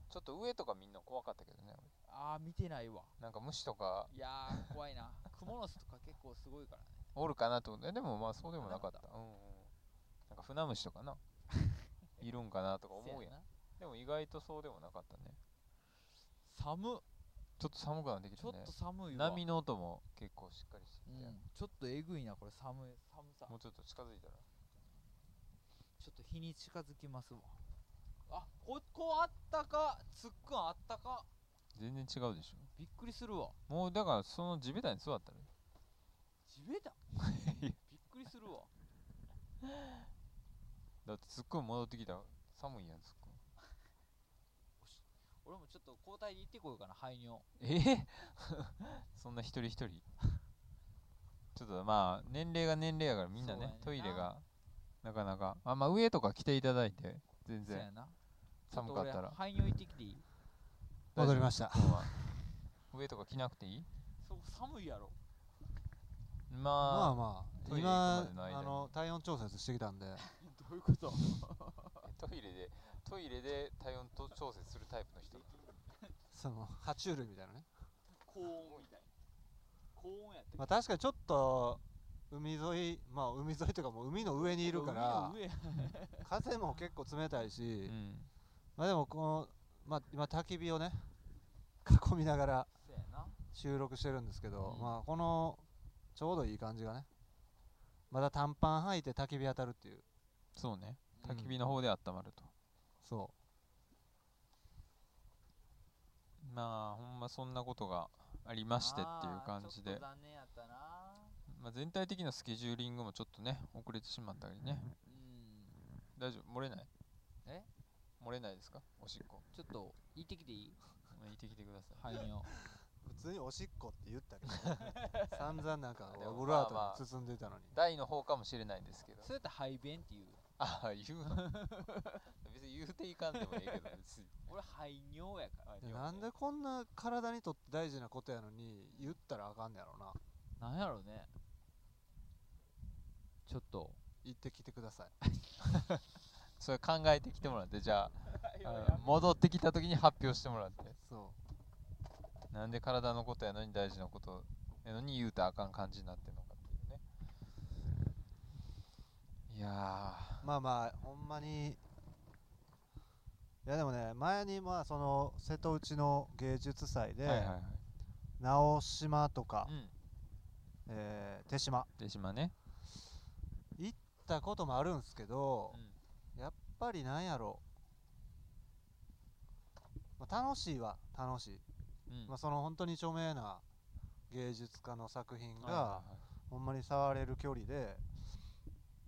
ちょっと上とか見んの怖かったけどね俺ああ見てないわなんか虫とかいやー怖いなクモの巣とか結構すごいからねおるかなと思ってえでもまあそうでもなかったなうんうん、なんか船虫と かないるんかなとか思うやんせなでも意外とそうでもなかったね寒っちょっと寒くなってきちょたっねと寒いわ波の音も結構しっかりしてうきて、ん、ちょっとえぐいなこれ寒い寒さもうちょっと近づいたらちょっと日に近づきますわあここあったかつっくんあったか全然違うでしょびっくりするわもうだからその地べたに座ったら地べたびっくりするわだってすっごい戻ってきたら寒いやんすっ俺もちょっと交代で行ってこようかな排尿えー そんな一人一人ちょっとまあ年齢が年齢やからみんなそうやねねんなトイレがなかなかあまあ上とか来ていただいて全そう然やな寒かったら排尿行ってきていい大丈夫戻りました今日は上とか着なくていいそこ寒いやろまあまあまトあイレ今行くまでの間にあの体温調節してきたんでどういうことトイレでトイレで体温と調節するタイプの人その爬虫類みたいなね、 高温みたいな高温やって まあ、確かにちょっと海沿いまあ海沿いというかもう海の上にいるか海らの上や風も結構冷たいし、うんまあでもこの、まあ、今焚き火をね囲みながらそうやな収録してるんですけど、うんまあこのちょうどいい感じがねまだ短パン履いて焚き火当たるっていうそうねうん焚き火の方で温まると、そまあほんまそんなことがありましてっていう感じあーちょでっと、残念やったなまあ、全体的なスケジューリングもちょっとね遅れてしまったりねうん大丈夫漏れないえ漏れないですかおしっこちょっと行ってきていい行ってきてください排 尿う普通におしっこって言ったけど、ね、 散々なんかでもオブラートまあまあに包んでたのに、大の方かもしれないん ですけどそうやったら排便っていうああ言うな 別に言うていかんでもええけど別に俺排尿やからいやなんでこんな体にとって大事なことやのに言ったらあかんねやろななんやろねちょっと言ってきてくださいそれ考えてきてもらってじゃああの戻ってきた時に発表してもらってそなんで体のことやのに大事なことやのに言うたらあかん感じになってんのかっていうねいやうまあまあほんまにいやでもね前にまあその瀬戸内の芸術祭で、ー、はいはいはい直島とか、うんえー手島行手島ねったこともあるんすけどう、んやっぱりなんやろまあ楽しいは楽しい、うんまあ、その本当に著名な芸術家の作品が、はいはいはいほんまに触れる距離で、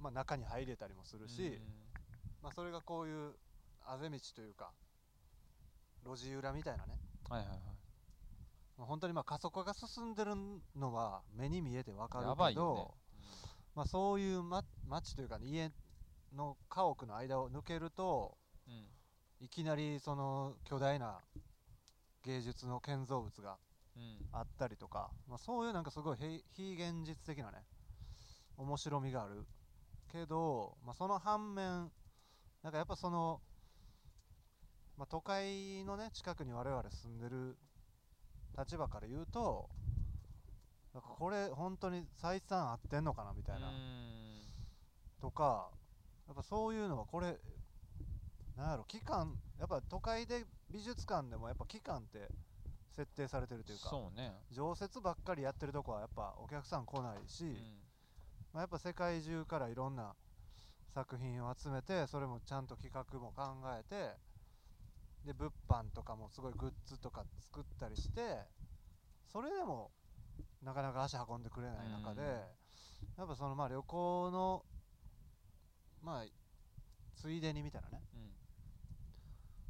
まあ、中に入れたりもするし、まあ、それがこういうあぜ道というか路地裏みたいなね、うんはいはいはいまあ、本当にまあ過疎化が進んでるのは目に見えてわかるやばいけど、よねまあ、そういう、ま、町というか、ね、家の家屋の間を抜けるとうんうんいきなりその巨大な芸術の建造物がうんあったりとか、まあ、そういうなんかすごい非非現実的なね面白みがあるけど、まあ、その反面なんかやっぱその、まあ、都会のね近くに我々住んでる立場から言うとなんかこれ本当に採算合ってんのかなみたいな、うんとかやっぱそういうのはこれなんやろ期間やっぱ都会で美術館でもやっぱ期間って設定されてるというかそうね常設ばっかりやってるとこはやっぱお客さん来ないし、うんまあ、やっぱ世界中からいろんな作品を集めてそれもちゃんと企画も考えてで物販とかもすごいグッズとか作ったりしてそれでもなかなか足運んでくれない中で、うんやっぱそのまあ旅行のまあついでにみたいなねう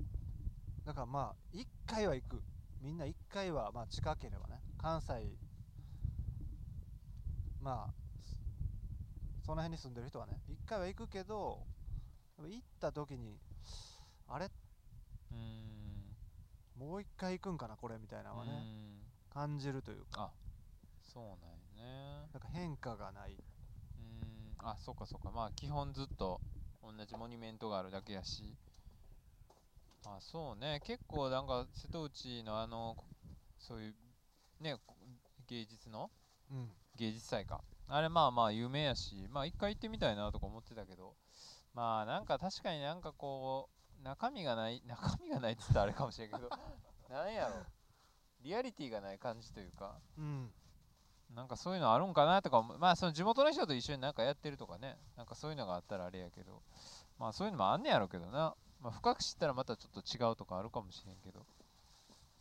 んだからまあ1回は行くみんな1回はまあ近ければね関西まあその辺に住んでる人はね1回は行くけど行った時にあれうんもう1回行くんかなこれみたいなのはねうん感じるというかそうなんやねなんか変化がない、うーんあそうかそうかまあ基本ずっと同じモニュメントがあるだけやしまあそうね結構なんか瀬戸内のあのこそういうねこ芸術のうん芸術祭かあれまあまあ有名やしまあ一回行ってみたいなとか思ってたけどまあなんか確かになんかこう中身がない中身がないっつったらあれかもしれんけどなんやろリアリティがない感じというかうんなんかそういうのあるんかなとか思うまあその地元の人と一緒になんかやってるとかねなんかそういうのがあったらあれやけどまあそういうのもあんねやろうけどな、まあ、深く知ったらまたちょっと違うとかあるかもしれんけど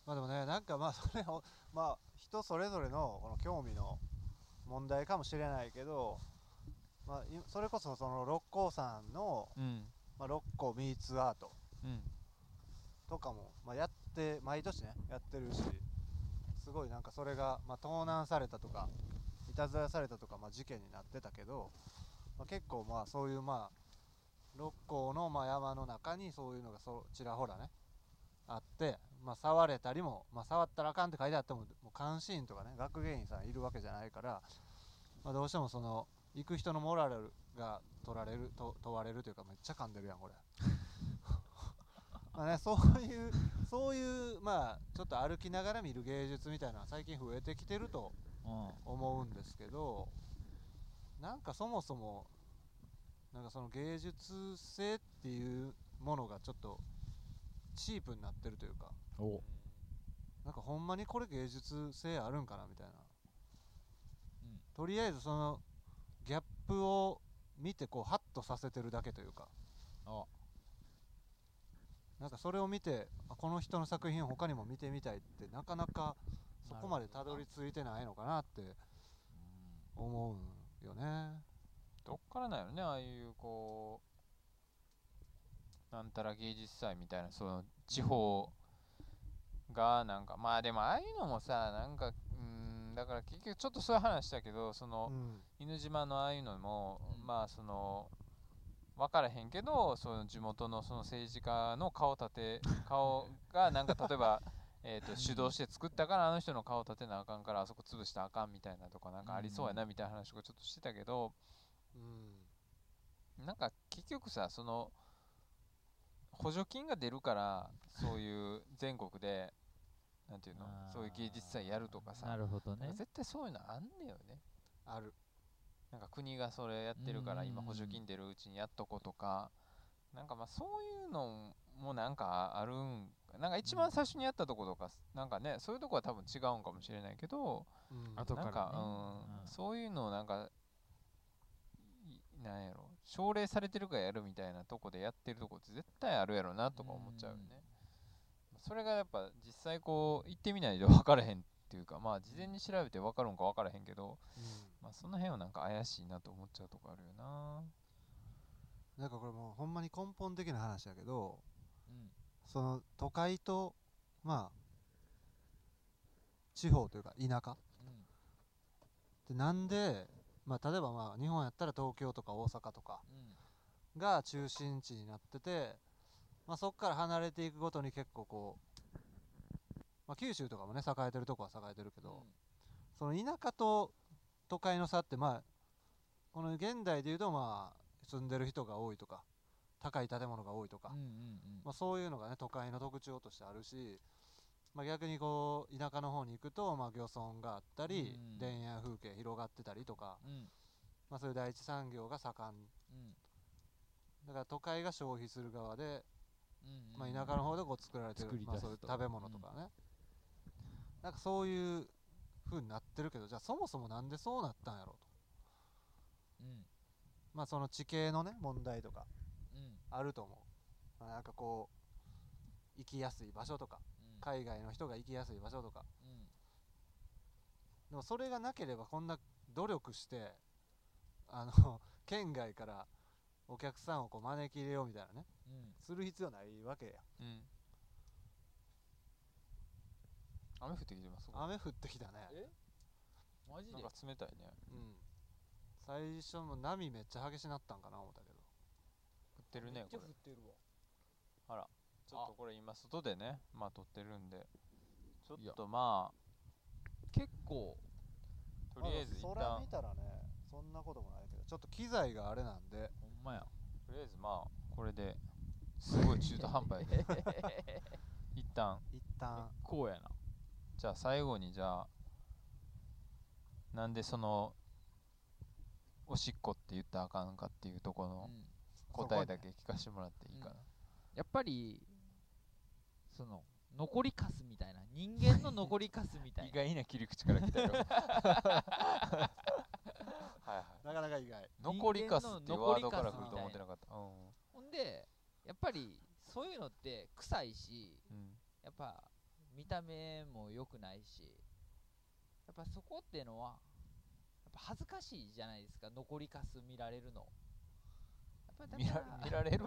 まあでもねなんかまあ それをまあ人それぞれのこの興味の問題かもしれないけど、まあ、いそれこそその六甲山の、うんまあ、六甲ミーツアートうんとかも、まあ、やって毎年ねやってるしすごいなんかそれが、まあ、盗難されたとかいたずらされたとか、まあ、事件になってたけど、まあ、結構まあそういうまあ六甲のまあ山の中にそういうのがそうちらほらねあって、まあ、触れたりも、まあ、触ったらあかんって書いてあってももう監視員とかね学芸員さんいるわけじゃないから、まあ、どうしてもその行く人のモラルが取られると問われるというかめっちゃ噛んでるやんこれ。まあね、そういう そういうまあちょっと歩きながら見る芸術みたいなのは最近増えてきてるとうん思うんですけどなんかそもそもなんかその芸術性っていうものがちょっとチープになってるというかおなんかほんまにこれ芸術性あるんかなみたいな、とりあえずそのギャップを見てこうハッとさせてるだけというかあなんかそれを見てあこの人の作品他にも見てみたいってなかなかそこまでたどり着いてないのかなって思うよねどっからなんやろねああいうこうなんたら芸術祭みたいなその地方がなんかまあでもああいうのもさなんかうんだから結局ちょっとそういう話だけどそのうん犬島のああいうのも、うんまあその分からへんけどその地元のその政治家の顔 立て顔がなんか例えば えーと主導して作ったからあの人の顔立てなあかんからあそこ潰したらあかんみたいなとかなんかありそうやなみたいな話とかちょっとしてたけど、うんなんか結局さその補助金が出るからそういう全国でなんていうのそういう芸術祭やるとかさなるほどなんねか絶対そういうのあんねよねあるなんか国がそれやってるから今うんうんう補ん助金出るうちにやっとことかなんかまあそういうのもなんかあるんなんか一番最初にやったとことかなんかねそういうとこは多分違うんかもしれないけどうんあとなんからか、ねうんうんそういうのをなんかいなんやろ奨励されてるからやるみたいなとこでやってるとこって絶対あるやろなとか思っちゃうよね、それがやっぱ実際こう行ってみないと分からへんっていうかまあ事前に調べて分かるんか分からへんけど、うんまあ、その辺はなんか怪しいなと思っちゃうとこあるよななんかこれもうほんまに根本的な話だけどうんその都会とまあ地方というか田舎うんでなんで、まあ、例えばまあ日本やったら東京とか大阪とかうんが中心地になってて、まあ、そこから離れていくごとに結構こう、まあ、九州とかもね栄えてるとこは栄えてるけど、その田舎と都会の差ってまあこの現代でいうとまあ住んでる人が多いとか高い建物が多いとか、うんうんまあ、そういうのがね都会の特徴としてあるし、まあ、逆にこう田舎の方に行くと、まあ、漁村があったり、うん田園風景広がってたりとか、うんうんまあ、そういう第一産業が盛うんんだから都会が消費する側でうんまあ、田舎の方でこう作られてる作り、まあ、出すそういうと食べ物とかね、なんかそういう風になってるけどじゃあそもそもなんでそうなったんやろううとんまあその地形のね問題とかうんあると思う、まあ、なんかこう行きやすい場所とかうん海外の人が行きやすい場所とかうんでもそれがなければこんな努力してあの 県外からお客さんをこう招き入れようみたいなねうんする必要ないわけやうん雨降ってきてます雨降ってきたねえマジなんでか冷たいねうん最初も波めっちゃ激しなったんかな思ったけど降ってるねこめっれちゃ降ってるわちょっとこれ今外でねまあ撮ってるんでちょいやっとま結構あとりあえず一まだ空旦見たらねそんなこともないけどちょっと機材があれなんでほんまやとりあえずまあこれですごい中途半端 やね一旦一旦こうやなじゃあ最後にじゃあなんでそのおしっこって言ったらあかんかっていうところのうん答えだけ聞かせてもらっていいかな、やっぱりその残りかすみたいな人間 の残りかすみたい意な外な切り口から来たよはいはいなかなか意外 残りカスっていうワードから来ると思ってなかったほんでやっぱりそういうのって臭いしうんうんやっぱ見た目も良くないしやっぱそこってのはやっぱ恥ずかしいじゃないですか残りかす見られるのやっぱだ見から見られる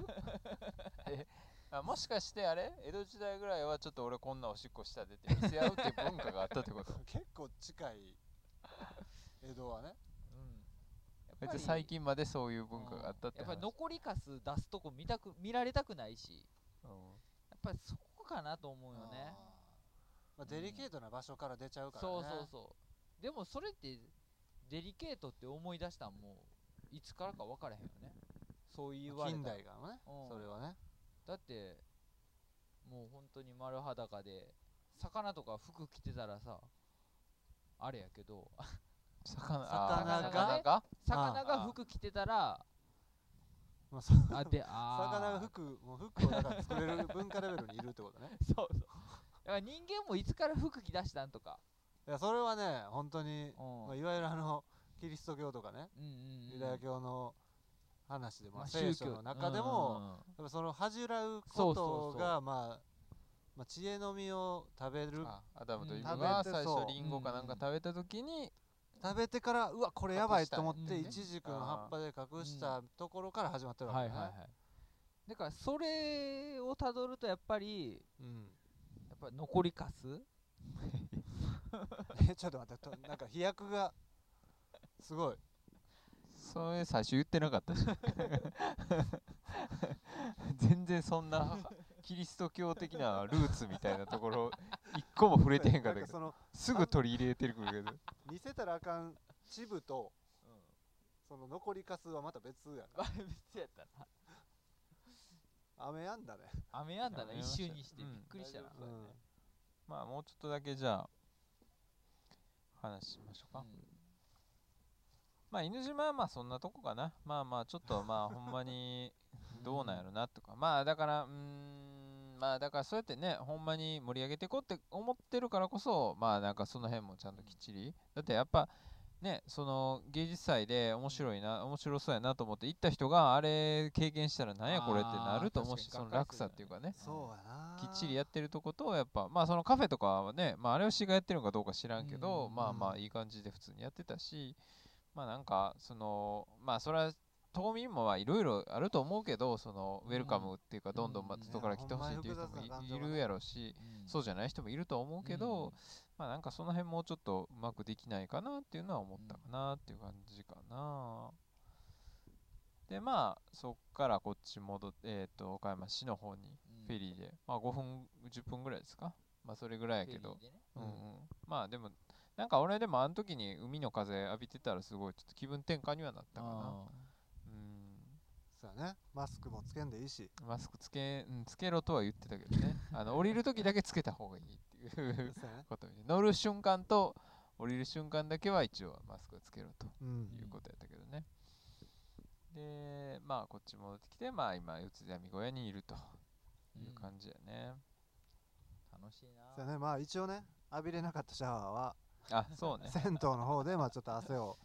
えあもしかしてあれ江戸時代ぐらいはちょっと俺こんなおしっこしたでって見せ合うっていう文化があったってこと結構近い江戸はねうんやっめぱっりちゃ最近までそういう文化があったってうんやっぱり話残りかす出すとこ見たく見られたくないしうんやっぱりそこかなと思うよねあーまあ、デリケートな場所から出ちゃうからね、そうそうそうでもそれってデリケートって思い出したんもういつからか分からへんよねそう言われ近たら代からね、うんそれはねだってもう本当に丸裸で魚とか服着てたらさあれやけど魚あー魚が魚が魚が服着てたらまあ、そあであー魚が服もう服をだから作れる文化レベルにいるって ことねそうそうだから人間もいつから服着だしたんとか、いやそれはね本当に、うんまあ、いわゆるあのキリスト教とかねうんうんうんユダヤ教の話でも、まあ聖書の中でうんも、うんうんやっぱその恥じらうそこうそうとそうがまあまあ知恵の実を食べるあアダムとイブうんが食べて最そう初リンゴかなんか食べた時に食べてからうわこれやばいと思っ隠したていイチジクの葉っぱで隠したところから始まってるわはいけはいだはねいだからそれをたどるとやっぱりうんやっぱ残りか すえちょっと待ってとなんか飛躍がすごいそれ最初言ってなかったし全然そんなキリスト教的なルーツみたいなところ一個も触れてへんかったなけんそどのすぐ取り入れてるけど似せたらあかんチブとその残りかすはまた別やあれ別やったな雨やんだね雨やんだな雨やん一だし周にしてびっうんくりしたなう、んまあもうちょっとだけじゃあ話しましょうか、うんまあ犬島はまあそんなとこかなまあまあちょっとまあほんまにどうなんやろなとかまあだからうーんまあだからそうやってねほんまに盛り上げていこうって思ってるからこそまあなんかその辺もちゃんときっちりだってやっぱねその芸術祭で面白いな面白そうやなと思って行った人があれ経験したらなんやこれってなると思うしあそー確かにの落差っていうかねそうやきなっちりやってるとことやっぱまあそのカフェとかはね、まあ、あれを市がやってるのかどうか知らんけうんうど、んうんまあまあいい感じで普通にやってたしまあなんかそのまあそれは島民もはいろいろあると思うけどそのウェルカムっていうかんどんどんまうんたうん外から来てほしいっていう人ほんまに複雑な感情もがねいいるやろしうんそうじゃない人もいるとは思うけど、まあなんかその辺もうちょっとうまくできないかなっていうのは思ったかなっていう感じかな。でまあそっからこっち戻って、えー、と岡山市の方にフェーリーで、まあ5分、10分ぐらいですか。まあそれぐらいやけどフェ、リーでねうんううんん、まあでも、なんか俺でもあの時に海の風浴びてたらすごいちょっと気分転換にはなったかな。あうん、そうやねマスクもつけんでいいしマスクつけ、うん、つけろとは言ってたけどね。あの降りる時だけつけた方がいいっていそううやねことに乗る瞬間と降りる瞬間だけは一応マスクをつけろと。うんいうことやったけどね。で、まあこっち戻ってきて、まあ今、四つ闇小屋にいるとーいう感じやね。うん楽しいなそうやねまあ一応ね浴びれなかったシャワーはあ、そうね。銭湯の方でまあちょっと汗を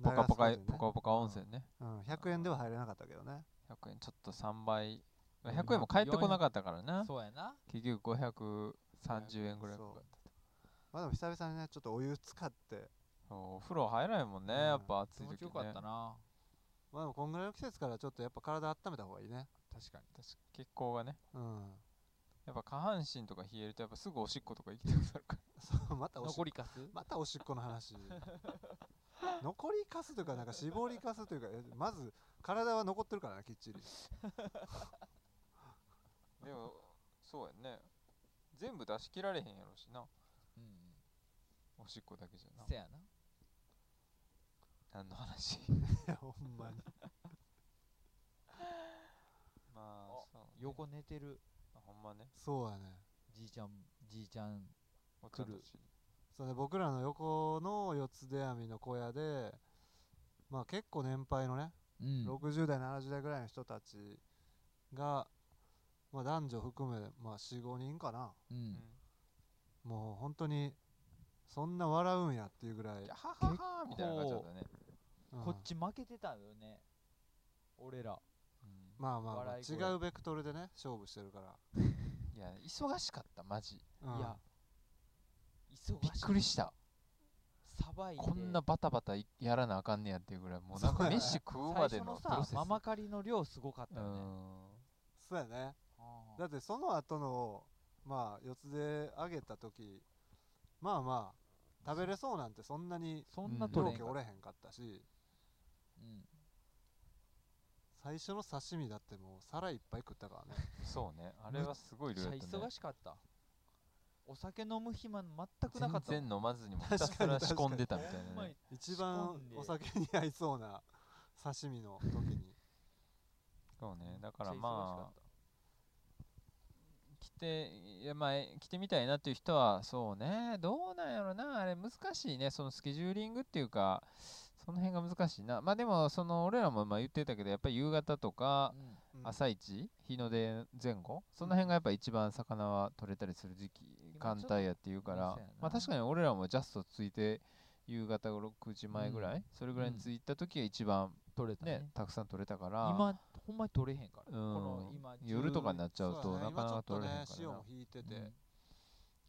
流ポすカポカ、ことにポねカポカ温泉ね。うん、100円では入れなかったけどね100円ちょっと3倍まあ100円も返ってこなかったからなそうやな結局530円ぐらいかかっまあでも久々にねちょっとお湯使ってたお風呂入らないもんねうんやっぱ暑気い持時ちよかねったなまあでもこんぐらいの季節からちょっとやっぱ体温めた方がいいね確かに確か血行がねうんやっぱ下半身とか冷えるとやっぱすぐおしっことか行きたくなるかそうまたおしっ残りかすまたおしっこの話残りかすというかなんか絞りかすというかえまず体は残ってるからなきっちり らでもそうやね全部出し切られへんやろしなうんうんおしっこだけじゃなせやな何の話いやほんまに まあおそう横寝てるあほんまねそうやねじいちゃんじいちゃんおっちゃん来たるちそうね僕らの横の四つ出網の小屋でまあ結構年配のね、うん60代70代ぐらいの人たちが、まあ、男女含め、まあ、45人かなううんんもう本当にそんな笑うんやっていうぐらいいや、はははみたいな感じだったね、うんこっち負けてたよね俺らうんまあまあ、まあ、笑い声違うベクトルでね勝負してるから、いや忙しかったマジうんいや忙びっしくりしたさばいてこんなバタバタいやらなあかんねやっていうぐらいもうなんそうかやね飯食う最まで初ののプロさセスママカリの量すごかっうたよねんそうやねあーだってその後のまあ四つで上げた時まあまあ食べれそうなんてそんなにそんなうん取料れへん金かっおたれへんかったしうん最初の刺身だってもう皿いっぱい食ったから ねそうねあれはすごい量やめっっちゃたね忙しかったお酒飲む暇全くなかったもん全然飲まずにもうひたすら仕込んでたみたいほんなまねに一番仕込んでお酒に合いそうな刺身の時にそうねだからめっちゃ忙しかまっあ来ていやまあえ来てみたいなっていう人はそうねどうなんやろなあれ難しいねそのスケジューリングっていうかその辺が難しいなまあでもその俺らもまあ言ってたけどやっぱり夕方とかたうんうん朝一日の出前後その辺がやっぱ一番魚は取れたりする時期今間帯やっていうからちょっとまあ確かに俺らもジャストついて夕方6時前ぐらい、うそれぐらいにうん着いた時が一番取れたね、ねたくさん取れたから今ほんまに取れへんかうらこんの今夜とかにっなっちゃうそとやねなかなか取れへん今かちょっとねら塩なも引いてて、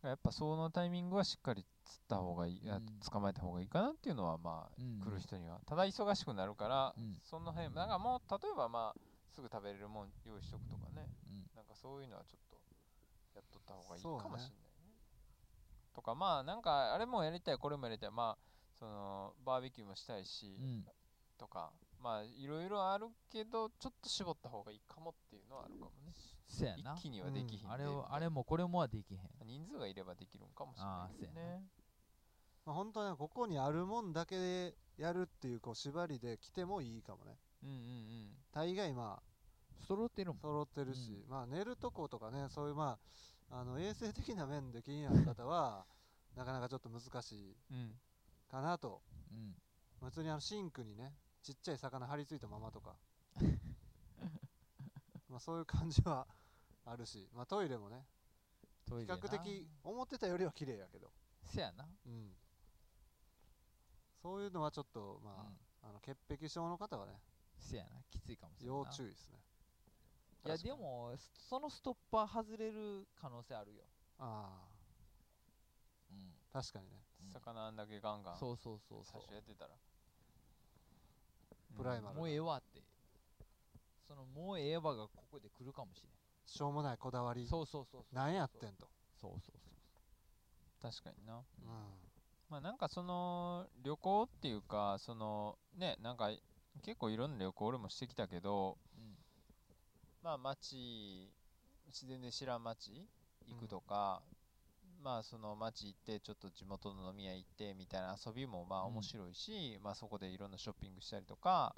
やっぱそのタイミングはしっかり釣った方がいい、あうん捕まえた方がいいかなっていうのはまあ、来る人にはただ忙しくなるから、うんその辺なんかもう例えばまあすぐ食べれるもん用意しとくとかねなんかそういうのはちょっとやっとった方がいいそうねかもしれないね。とかまあなんかあれもやりたいこれもやりたいまあそのバーベキューもしたいし、うんとかまあいろいろあるけどちょっと絞った方がいいかもっていうのはあるかもね。せやな一気にはできひんで、あれをあみれもこれもはできへんたいな人数がいればできるんかもしれないけどあーそうやね。まあ、本当ねここにあるもんだけでやるっていうこう縛りで来てもいいかもねうんうん大概まあ揃ってるもん揃ってるし、まあ寝るとことかねそういうまああの衛生的な面で気になる 方はなかなかちょっと難しいうん。うん。かなとうんまあ普通にあのシンクにねちっちゃい魚張り付いたま まとかまあそういう感じはあるし、まあ、トイレもねトイ比レな較的思ってたよりは綺麗やけど、せやなうん、そういうのはちょっとまうんあ,、あの潔癖症の方はねせやなきついかもしれん要な注意ですねいや確かでにもすそのストッパー外れる可能性あるよあうんあ確かにね魚あんだけガンガンそうそうそうそ最初やうってたら。プライマルもうええわってそのもうええわがここで来るかもししょうもないこだわれんりそうそうそうそうなんやってんと、そうそうそう確かにな。うんまあなんかその旅行っていうかそのねなんか結構いろんな旅行俺もしてきたけどうんまあ町全然知らん町行くとか、まあその町行ってちょっと地元の飲み屋行ってみたいな遊びもまあうん面白いし、まあそこでいろんなショッピングしたりとか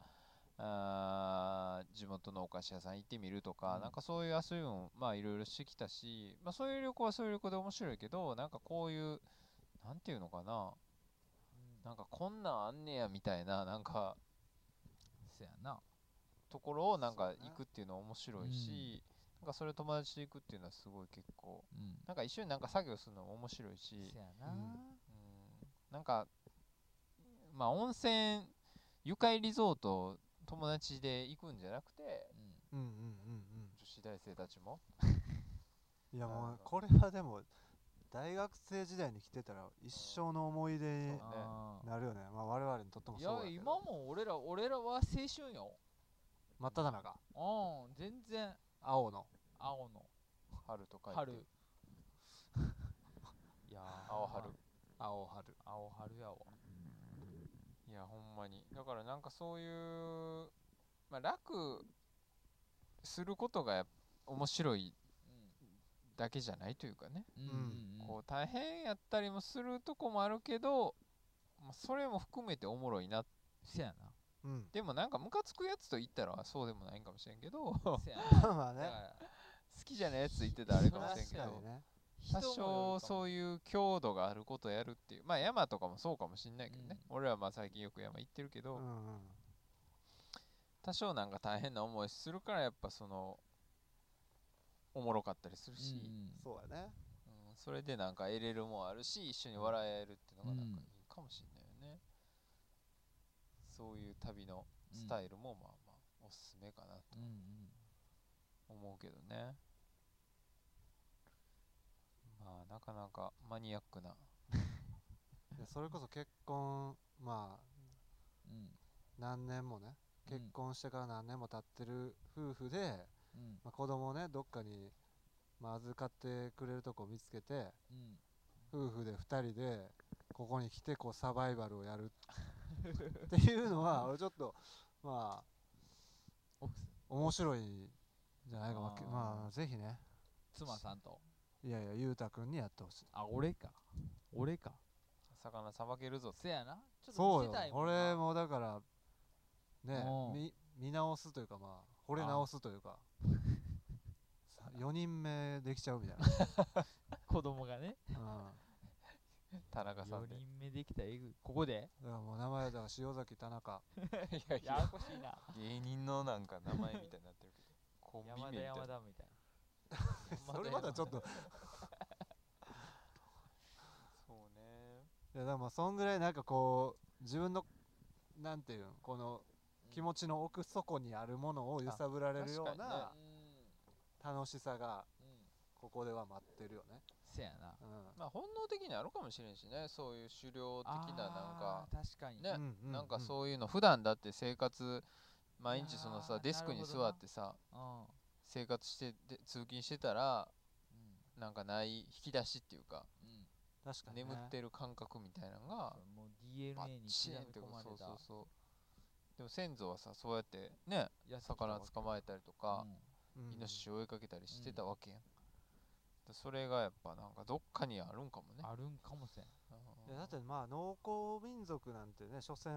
あー地元のお菓子屋さん行ってみるとか、うんなんかそういう遊びもまあいろいろしてきたし、まあ、そういう旅行はそういう旅行で面白いけどなんかこういうなんていうのかななんかこんなんあんねやみたいななんかせやなところをなんそうかね行くっていうのは面白いし、なんかそれ友達と行くっていうのはすごい結構うんなんか一緒になんか作業するのも面白いしせ、やうなうんん、なんかまあ温泉愉快リゾート友達で行くんじゃなくてうんうんうんうんうん女子大生たちもいやなもるほうこれはでも大学生時代に来てたら一生の思い出にそうあなるよねまあ我々にとってもーいそうだやけど今も俺ら俺らは青春よ真っ只中うん全然青の青の春とか 春いやー青春青春青春やわいやほんまにだからなんかそういう、まあ、楽することがやっ面白いだけじゃないというかね、うんうんうんうんこう大変やったりもするとこもあるけど、まあ、それも含めておもろいなせやなうん でもなんかムカつくやつと言ったらそうでもないんかもしれんけどせやなまあまだかあねら好きじゃないやつ言ってたらあれかもしれんけ確かど、にね多少うそういう強度があることをやるっていうまあ山とかもそうかもしんないけどね、う俺らはまあ最近よく山行ってるけうど、んうん多少なんか大変な思いするからやっぱそのおもろかったりするし、そうやねうんそれでなんか得れるもんあるし一緒に笑えるっていうのがなんかいいかもしんないよね、そういう旅のスタル、イルもまあまあおすすめかなとうんうん思うけどね、まあなかなかマニアックないやそれこそ結婚まあうん何年もね結婚してから何年も経ってる夫婦で、うんまあ、子供をねどっかに、まあ、預かってくれるとこ見つけてうん夫婦で2人でここに来てこうサバイバルを やるっていうのは俺ちょっとまあお面白いんじゃないかまああーまあぜひね妻さんといやいや裕太君にやってほしいあ俺か俺か魚さばけるぞせやなちょっとそ見せうよたいもんな俺もだからねうん見見直すというかまあ惚れ直すと いうか4人目できちゃうみたい子供がねな、うん、田中さ4んでい人目できたえぐいここでだからもう名前だから塩崎田中やいやややこしいな芸人のなんか名前みたいになってるけどコンビ山名み田たいな山田みたいなそれまだちょっとそうねいやでもそんぐらいなんかこう自分のなんていうんこの気持ちの奥底にあるものを揺さぶられるよう確かにねな楽しさがここでは待ってるよね、せやなうまあ本能的にあるかもしれんしねそういう狩猟的ななんかあー確かにねんううなんかうそういうの普段だって生活毎日そのあさーデスクになるほど座なってさうん生活してで通勤してたらなんかない引き出しっていうかうんうん確かに、ね、眠ってる感覚みたいなのそがうもうバッ DNA にチ刻リンっみていうか込まれそうたそうそうでも先祖はさそうやってねやつだった魚わけ捕まえたりとかうんうんイノシシを追いかけたりしてたわけやんでそれがやっぱなんかどっかにあるんかもねあるんかもせんうんいやだってまあ農耕民族なんてね所詮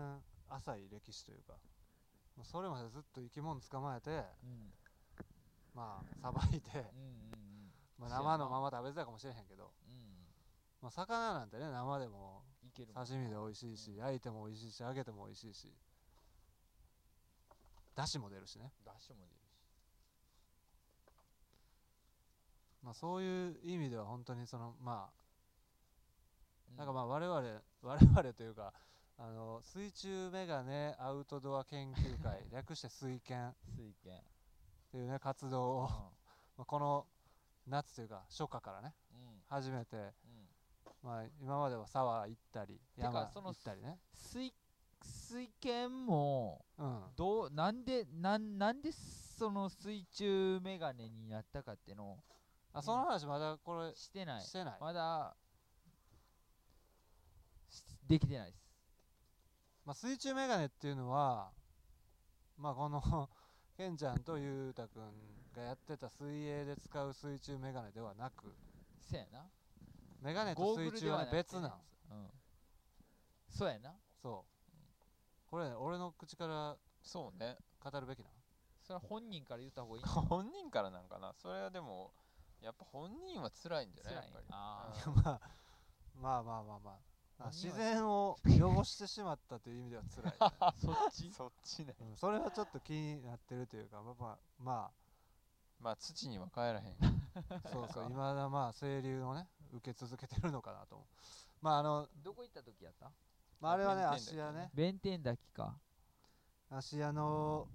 浅い歴史というかもうそれまでずっと生き物捕まえてうんまあさばいて、うんうんまそあ、うや生なのまま食べてたかもしれへんけど、うんうんまあ、魚なんてね生でもいけるもん刺身で美味しいし焼いても美味しいし揚げても美味しいしだしも出るしね、ダッシュも出るしまあ、そういう意味では本当にそのまうあなんかまあ我々我々というかあの水中メガネアウトドア研 究会略して水研っ水拳ていうね活動をまあこの夏というか初夏からねうんうん初めて、うんまあ、今までは沢行ったりか山そ行のったりね水水拳もうんどうなんでなんなんでその水中メガネになったかってのあその話まだこれしてないしてない、まだしできてないですまあ、水中メガネっていうのはまあこの ケンちゃんとゆうたくんがやってた水泳で使う水中メガネではなくせやなメガネとゴーグ水ル中でははねなくて別なんですようんそうやなそうこれね俺の口からそうね語るべきなのそれは本人から言った方がいいんじゃ 本人からなんかなそれはでもやっぱ本人は辛いんじゃない辛やいっぱりあ うんまあまあまあまあまああ本人自は然を汚してしまったという意味では辛い、 ないそっ ちそっちねうんそれはちょっと気になってるというかまあまあ、ままあ土には帰らへんあ、そうそういまだまあ清流をね受け続けてるのかなと思うまああの、どこ行った時やったまあ、あれはね弁芦天だっ屋けね弁天滝か芦屋の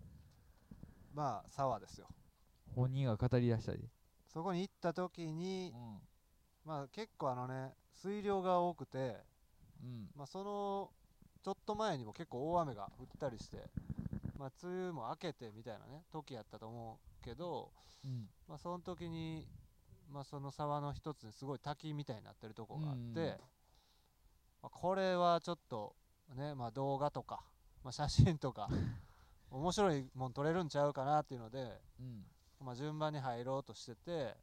まあ沢ですよ本人が語り出したでそこに行った時うにんまあ結構あのね水量が多くてうんまあそのちょっと前にも結構大雨が降ったりしてまあ梅雨も明けてみたいなね時やったと思うけどうんまあその時にまあその沢の一つにすごい滝みたいになってるとこがあっうんうんてまあこれはちょっとねまあ動画とかまあ写真と か面白いもん撮れるんちゃうかなっていうのでうんまあ、順番に入ろうとしてて、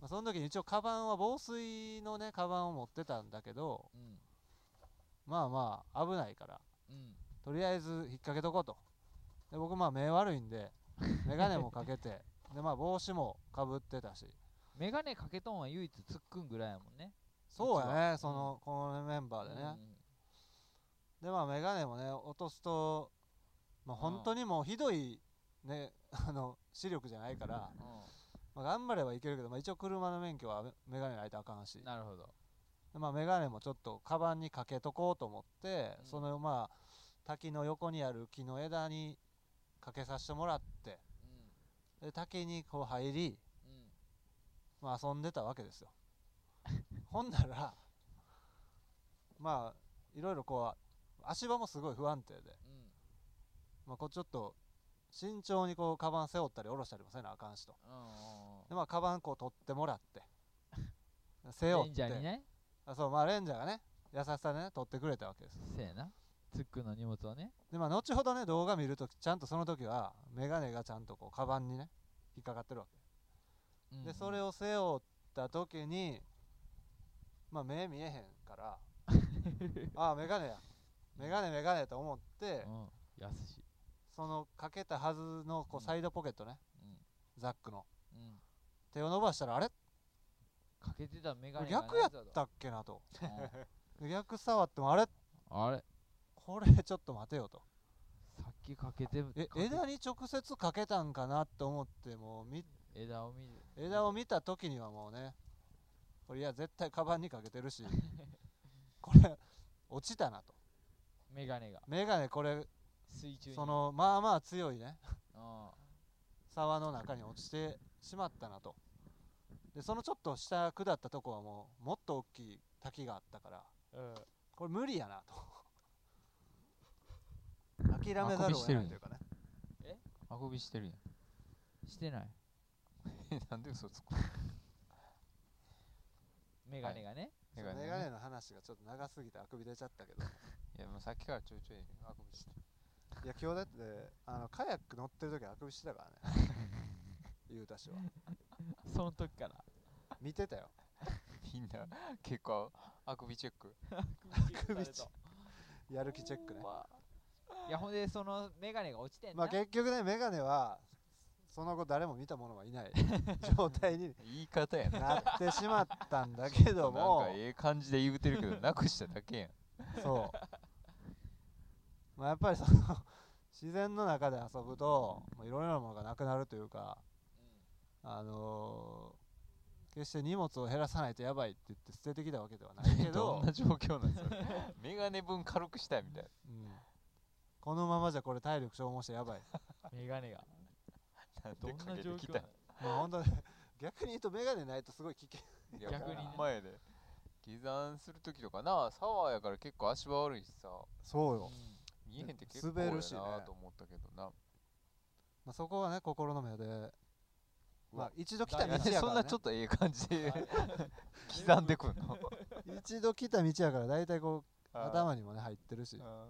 まあ、その時に一応カバンは防水のねカバンを持ってたんだけどうんまあまあ危ないからうんとりあえず引っ掛けとこうとで僕まあ目悪いんで眼鏡もかけて でまあ帽子もかぶってたしメガネかけとんは唯一突っくんぐらいやもんね。そううちやねそのこのメンバーでね、でまあメガネもね落とすと、まあ、うん本当にもうひどいねあの視力じゃないから、うんうんまあ、頑張ればいけるけど、まあ、一応車の免許はメガネないとあかんしなるほど。でまあ、メガネもちょっとカバンにかけとこうと思って、うんそのまあ滝の横にある木の枝にかけさせてもらってうで滝にこう入り、んうんまあ、遊んでたわけです よほんならまあいろいろこう足場もすごい不安定で、うんまあ、こうちょっと慎重にこうカバン背負ったり下ろしたりもせなあかんしとうんでまあカバンこう取ってもらって 背うん。負レっンジてャーにね。あそうまあレンジャーがね優しさでね取ってくれたわけですせやな。つっくんの荷物はね。でまあ後ほどね動画見るときちゃんとその時はメガネがちゃんとこうカバンにね引っかかってるわうんうけんでそれを背負った時にまあ目見えへんから ああメガネやメガネメガネと思ってうん。やすし。そのかけたはずのこうんうサイドポケットねうんザックのうん。手を伸ばしたらあれかけてたメガネが逆やっないぞとたっけなとうんで逆触ってもあれあれこれちょっと待てよとさっきかけてえかけ枝に直接かけたんかなと思ってもうみ枝を見る枝を見た時にはもうねこれいや絶対カバンにかけてる しこれ落ちたなとメガネがメガネこれ水中にそのまあまあ強いねあ沢の中に落ちてしまったなとでそのちょっと下下ったとこはもうもっと大きい滝があったからあうんこれ無理やなと 諦めざるを得ないというかねあくびしてるやん。してないえなん で嘘つくメガネがね、そメうガネ,、メね、ガネの話がちょっと長すぎてあくび出ちゃったけどいやもうさっきからちょいちょいあくびしてる。いや今日だってあのカヤック乗ってる時あくびしてたから ね言うたしはその時から見て たよみんな結構あくびチェック。あ首チェッやる気チェックねいやほんでそのメガネが落ちてんな、まあ結局ねメガネはその後誰も見た者はいない状態に言い方やな。なってしまったんだけなどんかもええ感じで言うてるけど、なくしただけやん。そうまあやっぱりその自然の中で遊ぶとまあいろいろなものがなくなるというかあのー決して荷物を減らさないとやばいって言って捨ててきたわけではないけ どどんな状況なんですかメガネ分軽くしたいみたいな。うんこのままじゃこれ体力消耗して やばい。うんメガネがなんどでんかなけ状て況きなたのもう本当に逆に言うとメガネないとすごい危険。いや逆にねほんまやで。下山するときとかな、サワーやから結構足場悪いしさ、そううん。見えへんって結構や滑なるしねと思ったけどな。まあ、そこはね、心の目で。うまあわ、一度来た道いややなんでから、ね、そんなちょっとええ感じで刻んでくんの一度来た道やから大体こう頭にもね入ってるしいや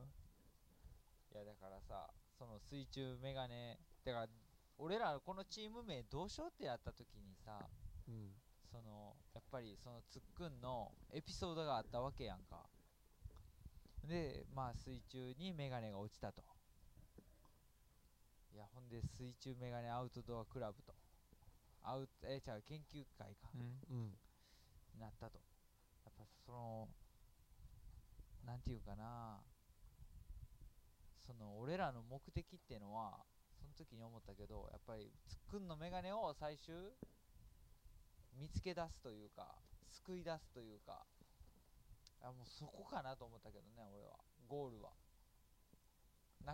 だからさその水中メガネだから俺らこのチーム名どうしようってやった時にさうん、そのやっぱりそのつっくんのエピソードがあったわけやんかでまあ水中にメガネが落ちたといやほんで水中メガネアウトドアクラブとアウトえ違う研究会か、うんうん、なったとやっぱそのなんていうかなその俺らの目的ってのはその時に思ったけどやっぱりつっくんのメガネを最終見つけ出すというか救い出すというかあもうそこかなと思ったけどね俺はゴールは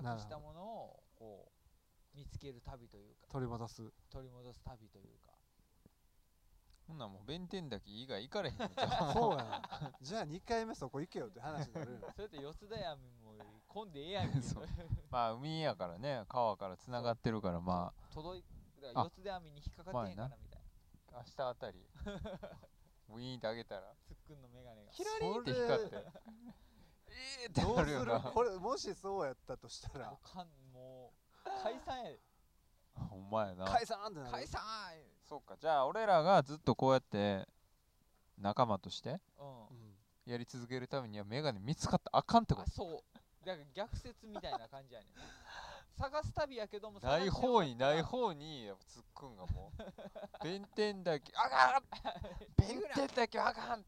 なくしたものをこう見つける旅というか取り戻す。取り戻す旅というかほんなんもう弁天だけ以外行かれへんの じゃんそうやな。 じゃあ2回目そこ行けよって話になるよ。 それって四田闇も混んでええやんけそうまあ海やからね川からつながってるからま届いだからあ四つで網に引っかかってへんかまあらなみたいなあ明日あたり ウィーンってあげたらつっくんのメガネがキラリンって光ってそれえーってどなうるすよるなこれもしそうやったとしたらもうかんもう解散やで ほんまやな解散ってなる解。散そうかじゃあ俺らがずっとこうやって仲間としてうんうんやり続けるためにはメガネ見つかったらあかんってこあと そうだから逆説みたいな感じやねん探す旅やけどもない探しよう方にない方にやっぱ突っ込んが もう弁天だけあかん弁天だけあかん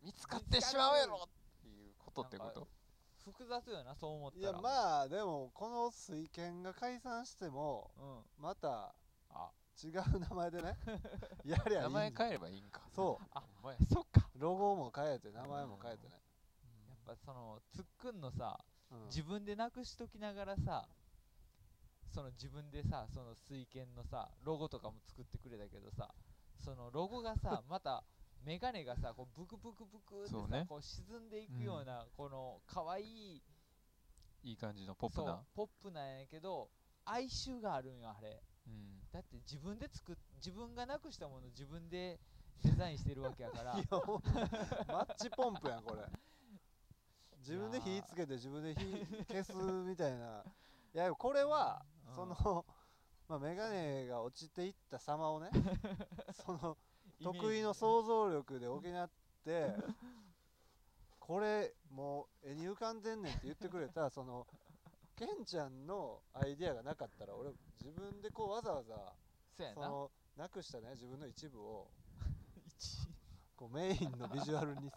見つかってしまうやろっていうことってこなんと複雑よなそう思ったいらやまあでもこの水拳が解散してもうんまたあ違う名前でねやりゃいい名前変ええればいいんかそあお前そっかうロゴも変えて名前も変えてね、やっぱそのつっくんのさうん自分でなくしときながらさその自分でさその水拳のさロゴとかも作ってくれたけどさそのロゴがさまたメガネがさこうブクブクブクってそさうねこう沈んでいくような、この可愛いいい感じのポップそうなポップなんやけど哀愁があるんよあれうんだって自分で作っ自分がなくしたもの自分でデザインしてるわけやからいやほんまマッチポンプやんこれ自分で火つけて自分で火消すみたいないやこれはうんその、まあ、メガネが落ちていった様をねそのイメージ得意の想像力で 補ってこれもう絵に浮かんでんねんって言ってくれたそのケンちゃんのアイディアがなかったら俺自分でこうわざわざそうやそなのなくしたね自分の一部をこうメインのビジュアルに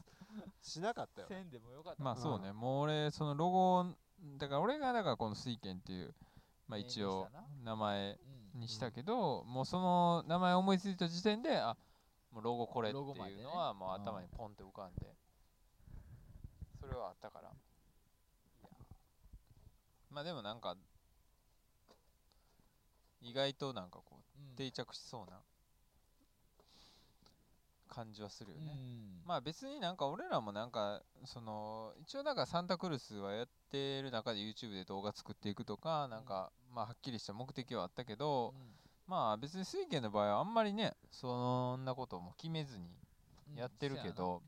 しなかったよね、せんでもよかったまあそうね、もう俺そのロゴだから俺がだからこの水拳っていうまあ命名一応したな名前うんにしたけど、もうその名前思いついた時点であもうロゴこれっていロゴまでうねのはもううん頭にポンって浮かんで、それはあったからまあでもなんか意外となんかこううん定着しそうな感じはするようね、んまあ別になんか俺らもなんかその一応なんかサンタクルスはやってる中で YouTube で動画作っていくとかなんかまあはっきりした目的はあったけどまあ別に水拳の場合はあんまりねそんなことも決めずにうんやってるけど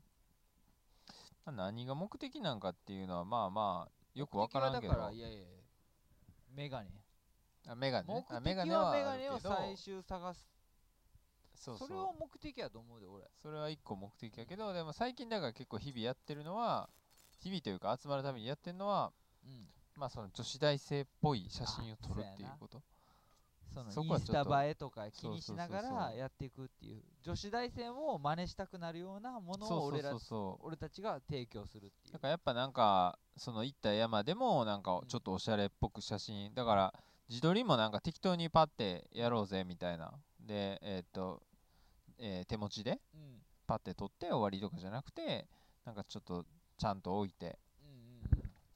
まあ何が目的なんかっていうのはまあまあよくわからんけ目的はだからどいやいやいやメガネあメガネ目ね的あはメメガネガはあネるをけど最終探すそうそそうれを目的やと思うで俺それは一個目的やけどでも最近だから結構日々やってるのは日々というか集まるためにやってるのはうんまあその女子大生っぽい写真をあ撮るそうやなっていうことそのそこイはンちょっスとタ映えとか気にしそうそうそうそうながらやっていくっていう女子大生を真似したくなるようなものそうをそう俺そらうそ俺たちが提供するっていううだからやっぱなんかその行った山でもなんかうんちょっとおしゃれっぽく写真だから自撮りもなんか適当にパッてやろうぜみたいなでえーっと、えー手持ちでうんうんパッて撮って終わりとかじゃなくてなんかちょっとちゃんと置いて、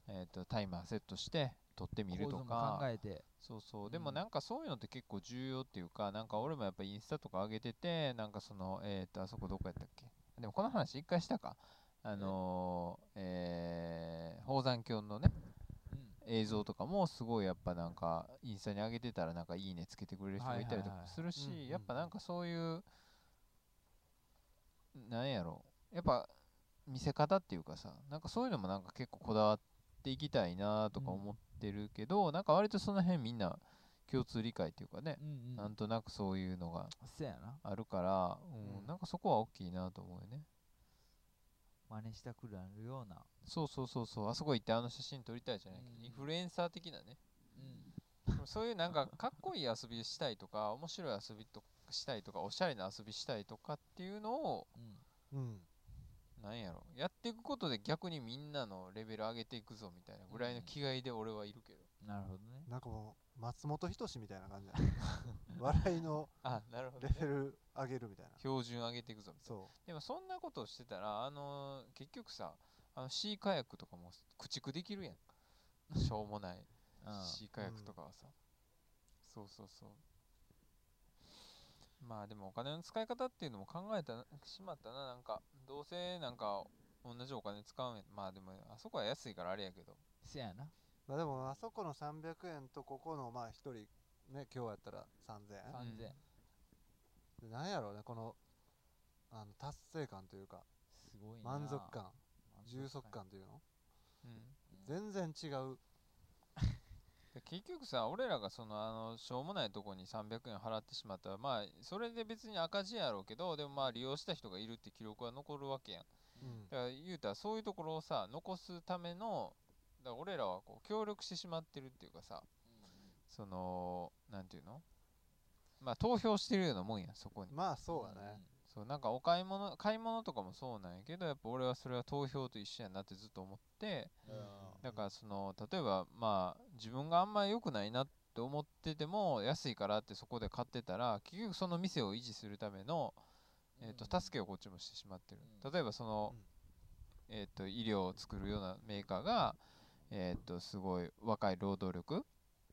えーっとタイマーセットして撮ってうんみると構図もか考えてそうそうでもうんなんかそういうのって結構重要っていうかなんか俺もやっぱインスタとか上げててなんかそのえっ、とあそこどこやったっけでもこの話一回したかあのー、えー宝山鏡のねうん映像とかもすごいやっぱなんかインスタに上げてたらなんかいいねつけてくれる人がいたりとはいはいかはいするし、うんうんうんやっぱなんかそういうなんやろやっぱ見せ方っていうかさなんかそういうのもなんか結構こだわっていきたいなとかうん思ってるけど、なんか割とその辺みんな共通理解っていうかね、うんうなんんとなくそういうのがそやなあるから、うんうんなんかそこは大きいなと思うよね真似したくなるようなそうそうそうそうあそこ行ってあの写真撮りたいじゃないけど、うんインフルエンサー的なねうんでもそういうなんかかっこいい遊びしたいとか面白い遊びとしたいとかおしゃれな遊びしたいとかっていうのをうんうんなんやろやっていくことで逆にみんなのレベル上げていくぞみたいなぐらいの気概で俺はいるけど、なるほどねなんかもう松本人志みたいな感じだね 笑いのあなるほど、レね、 ベル上げるみたいな標準上げていくぞみたいなそでもそんなことをしてたらあのー結局さあのシーカヤックとかも駆逐できるやんしょうもないシーカヤックとかはさ、そうそうそうまあでもお金の使い方っていうのも考えたなしまったななんかどうせなんか同じお金使うんやまあでもあそこは安いからあれやけどせやなうまあでもあそこの300円とここのまあ1人ね今日やったら3000 3000円なんやろうねこのあの達成感というかすごいな満足感満充足感感というのうん全然違うで結局さ俺らがそのあのしょうもないとこに300円払ってしまったらまあそれで別に赤字やろうけどでもまあ利用した人がいるって記録は残るわけやんうんだから言うたらそういうところをさ残すためのだから俺らはこう協力してしまってるっていうかさ、そのなんていうのまあ投票してるようなもんやそこにまあそうだね、そうなんかお買い物買い物とかもそうなんやけどやっぱ俺はそれは投票と一緒やなってずっと思ってうんだからその例えばまあ自分があんま良くないなって思ってても安いからってそこで買ってたら結局その店を維持するための、えー、と助けをこっちもしてしまってるうん例えばそのうん、えー、と医療を作るようなメーカーが、えー、とすごい若い労働力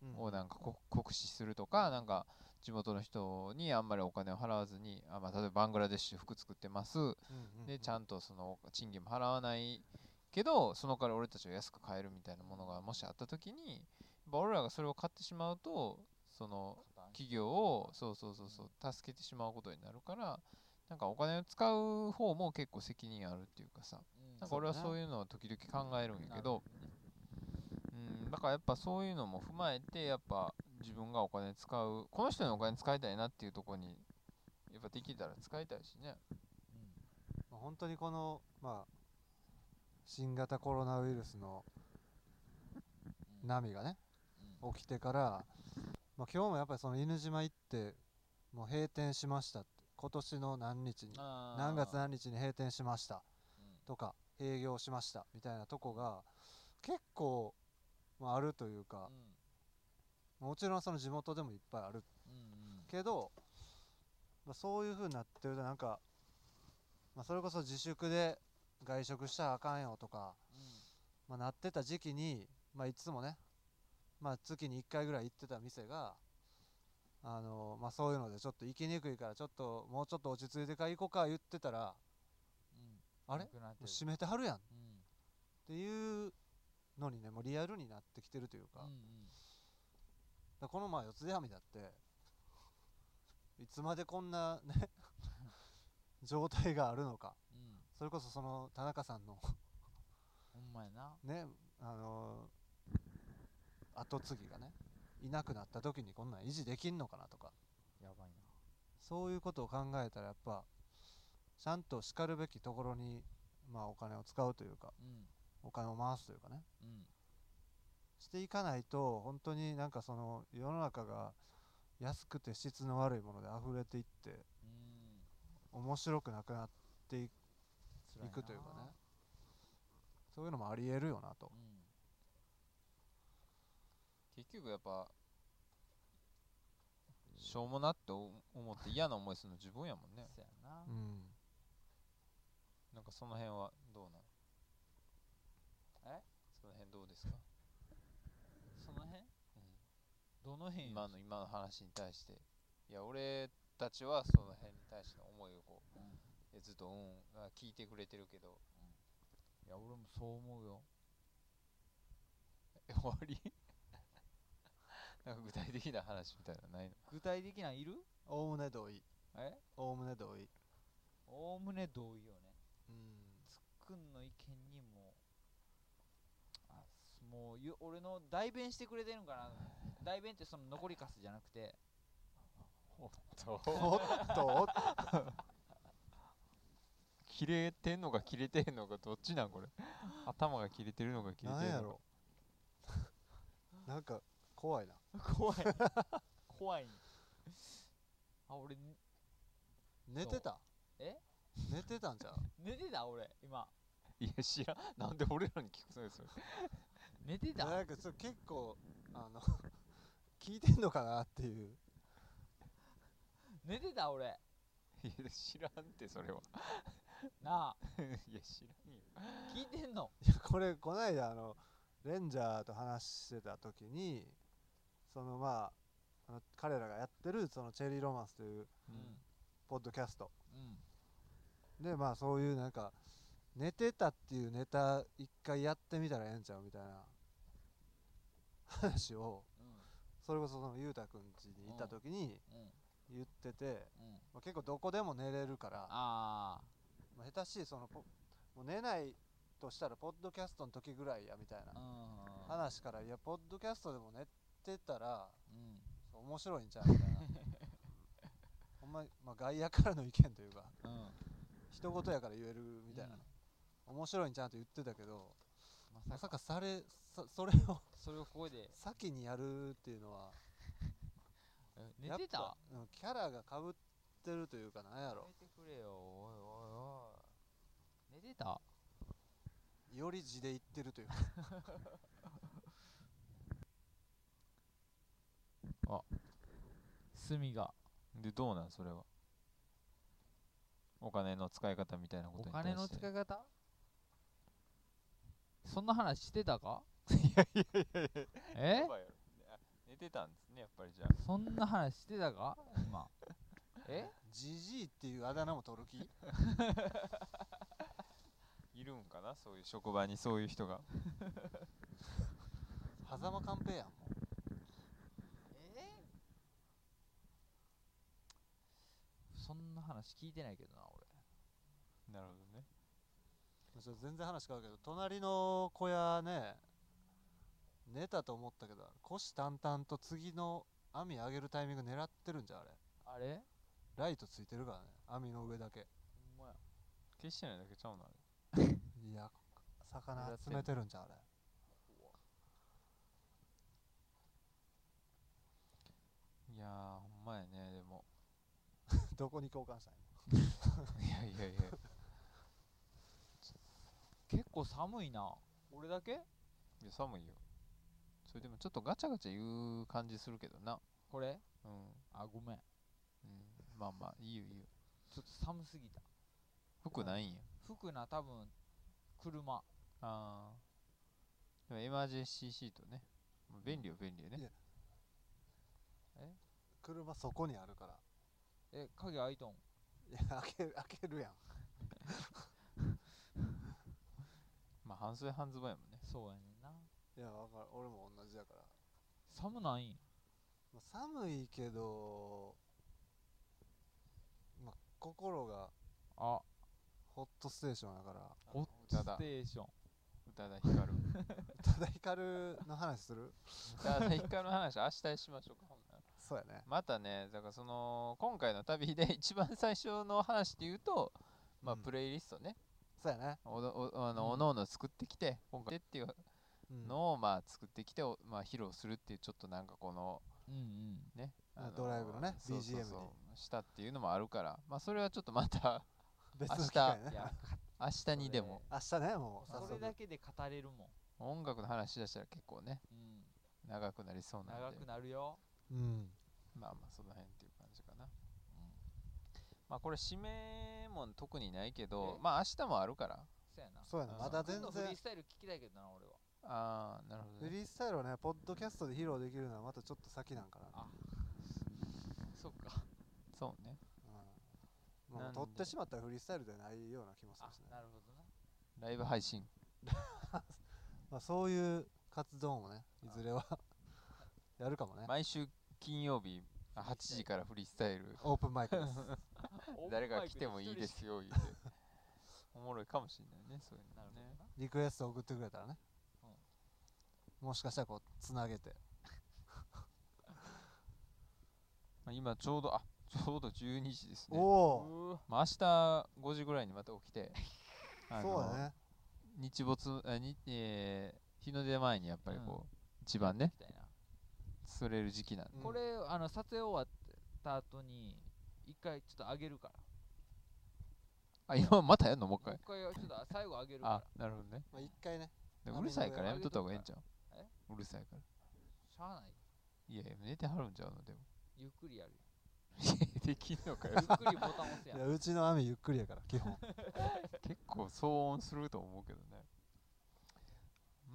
うんをなんかこ酷使するとかなんか地元の人にあんまりお金を払わずにあ、まあ、例えばバングラデシュで服作ってますでちゃとんとその賃金も払わないけどその代わり俺たちを安く買えるみたいなものがもしあった時にやっぱ俺らがそれを買ってしまうとその企業をそうそうそうそう助けてしまうことになるからなんかお金を使う方も結構責任あるっていうかさなんか俺はそうだねそういうのを時々考えるんやけなるほどうんだからやっぱそういうのも踏まえてやっぱ自分がお金使うこの人にお金使いたいなっていうところにやっぱできたら使いたいしねまあ本当にこの、まあ、新型コロナウイルスの波がね起きてから、まあ、今日もやっぱりその犬島行ってもう閉店しましたって今年の何日に何何月何日に閉店しましたとか営業しましたみたいなとこが結構、まあ、あるというかもちろんその地元でもいっぱいあるけど、まあ、そういう風になってるとなんか、まあ、それこそ自粛で外食したらあかんよとか、まあ、なってた時期に、まあ、いつもね、まあ、月に1回ぐらい行ってた店が、あのまあ、そういうのでちょっと行きにくいからちょっともうちょっと落ち着いてから行こうか言ってたらもあれう閉めてはるやんっていうのにねもうリアルになってきてるというか,、だからこの前四つ手編みだっていつまでこんなね 状態があるのかそれこそその田中さんのほんまやなねあのー後継ぎがねいなくなった時にこんなん維持できんのかなとかやばいなそういうことを考えたらやっぱちゃんとしかるべきところに、まあ、お金を使うというかうんお金を回すというかねうんしていかないと本当になんかその世の中が安くて質の悪いもので溢れていってうん面白くなくなってい辛いくというかなねそういうのもありえるよなとう、ん結局やっぱしょうもなって思思って嫌な思いするの自分やもんねそやなうん、なんかその辺はどうなのえその辺どうですか、その辺うんどの辺今の今の話に対していや俺たちはその辺に対しての思いをこう、うんいやずっとうんあ聞いてくれてるけど いや俺もそう思うよえ終わり なんか具体的な話みたいなのないの具体的なんいるおおむね同意えおおむね同意おおむね同意よねうんくんの意見にもあすもうゆ俺の代弁してくれてるんかな代弁ってその残りカスじゃなくておっとおっとおっと切れてんのか切れてんのかどっちなんこれ 頭が切れてるのか切れて何るやのかろなんか怖いな怖い 怖いあ俺に寝てたえ寝てたんじゃん寝てた俺今いや知らんなんで俺らに聞くのよそれ 寝てたなんかそう結構あの 聞いてんのかなっていう寝てた俺いや知らんってそれは なあいや知らんよ聞いてんのいやこれこないだあのレンジャーと話してた時にそのまああの彼らがやってるそのチェリーロマンスといううんポッドキャストうんでまあそういうなんか寝てたっていうネタ一回やってみたらええんちゃうみたいな話をそれこそそのゆうたくんちにいた時にうんうん言ってて、うんまあ、結構どこでも寝れるからあまあ、下手しいそのポもう寝ないとしたらポッドキャストの時ぐらいやみたいあうなん話からいやポッドキャストでも寝てたらうん面白いんちゃうみたいな ほんまに、まあ、外野からの意見というかうん一言やから言えるみたいな、面白いんちゃうと言ってたけどままささかかされさそれを それをここで先にやるっていうのはえや寝ってたぱうんキャラがかぶってるというかなんややろめてくれよおいおいおい寝てたより地でいってるというか炭がでどうなんそれはお金の使い方みたいなことおに対して金の使い方そんな話してたかえやばいやろあ寝てたんですねやっぱりじゃあそんな話してたか 今えジジイっていうあだ名も取る気いるんかなそういう職場にそういう人が狭間寛平やんもうそんな話聞いてないけどな俺なるほどねそれ全然話変わるけど隣の小屋ね寝たと思ったけど虎視眈々と次の網上げるタイミング狙ってるんじゃんあれあれライトついてるからね網の上だけほんまや消してないだけちゃうないや魚集めてるんじゃんあれいやーほんまやねでも どこに交換したんいややいやいや結構寒いな俺だけいや寒いよそれでもちょっとガチャガチャ言う感じするけどなこれうん、うん、あごめんまあまあいいよいいよちょっと寒すぎた服ないんや服な多分車あーでもエマージェンシーシートねまあ便利よ便利よいねや車そこにあるからえ鍵開いとんいや開ける開けるやんまあ半袖半ズボンやもんねそうやねんないやわかる俺も同じだから、寒ないんまあ、寒いけど、まあ、心があホットステーションやからホッ宇ト多田ステーション宇多田ヒカル宇多田ヒカルの話する宇多田ヒカルの話明日にしましょうかほん ならそうやねまたねだからその今回の旅で 一番最初の話で言うとまあうんプレイリストね、そうやね、おどおあの、うんおのおの作ってきて今回でっていううんのをまあ作ってきて、おまあ、披露するっていうちょっとなんかこのうんうんねまあドライブのねそうそう BGM そうしたっていうのもあるからまあそれはちょっとまた 別の機会いねや明日にでも明日ねもうそれそ早れ速だけで語れるもん、音楽の話しだしたら結構ねうん、長くなりそうなんで長くなるよ、うんまあまあその辺っていう感じかな、まあこれ締めも特にないけどえまあ明日もあるからそうやなそうやねうんまだ全今度フリ然ースタイル聞きたいけどな俺はああなるほど、フね、リースタイルをねポッドキャストで披露できるのはまたちょっと先なんかなあそっかそうねうんもなうんで取ってしまったらフリースタイルではないような気もすあるしねなるほどなライブ配信まあ、そういう活動もねいずれはやるかもね毎週金曜日あ8時からフリースタイルオープンマイク です誰が来てもいいですよ言うて おもろいかもしれないねそういうなのるほねどリクエスト送ってくれたらね、もしかしたらこうつなげてまあ今ちょうどあちょうど12時ですおねおなうーまあ明日5時ぐらいにまた起きてあそうのだね日没あに、えー日の出前にやっぱりこう、一番みねたいな釣れる時期なんで、うんこれあの撮影終わった後に一回ちょっと上げるからあ今またやんのもう一もう回一回ちょっと最後上げるあかなるほどねまあ、一回ねであうるさいからやめとった方がええんちゃえううるさいかららしゃあないいやいや寝てはるんちゃうのでも ゆっくりやるよできんのかよゆっくりボタン押すやいん やうちの網ゆっくりやから基本結構騒音すると思うけどね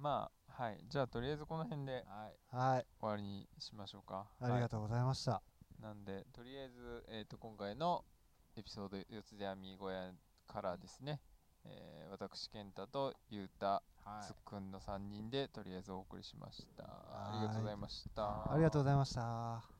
まあはいじゃあとりあえずこの辺ではいはい終わりにしましょうかありはがとうございました、い、なんでとりあえず、えー、と今回のエピソード四つで網小屋からですね、えー私健太とゆうたはつっくんの3人でとりあえずお送りしましたはありがとうございましたありがとうございました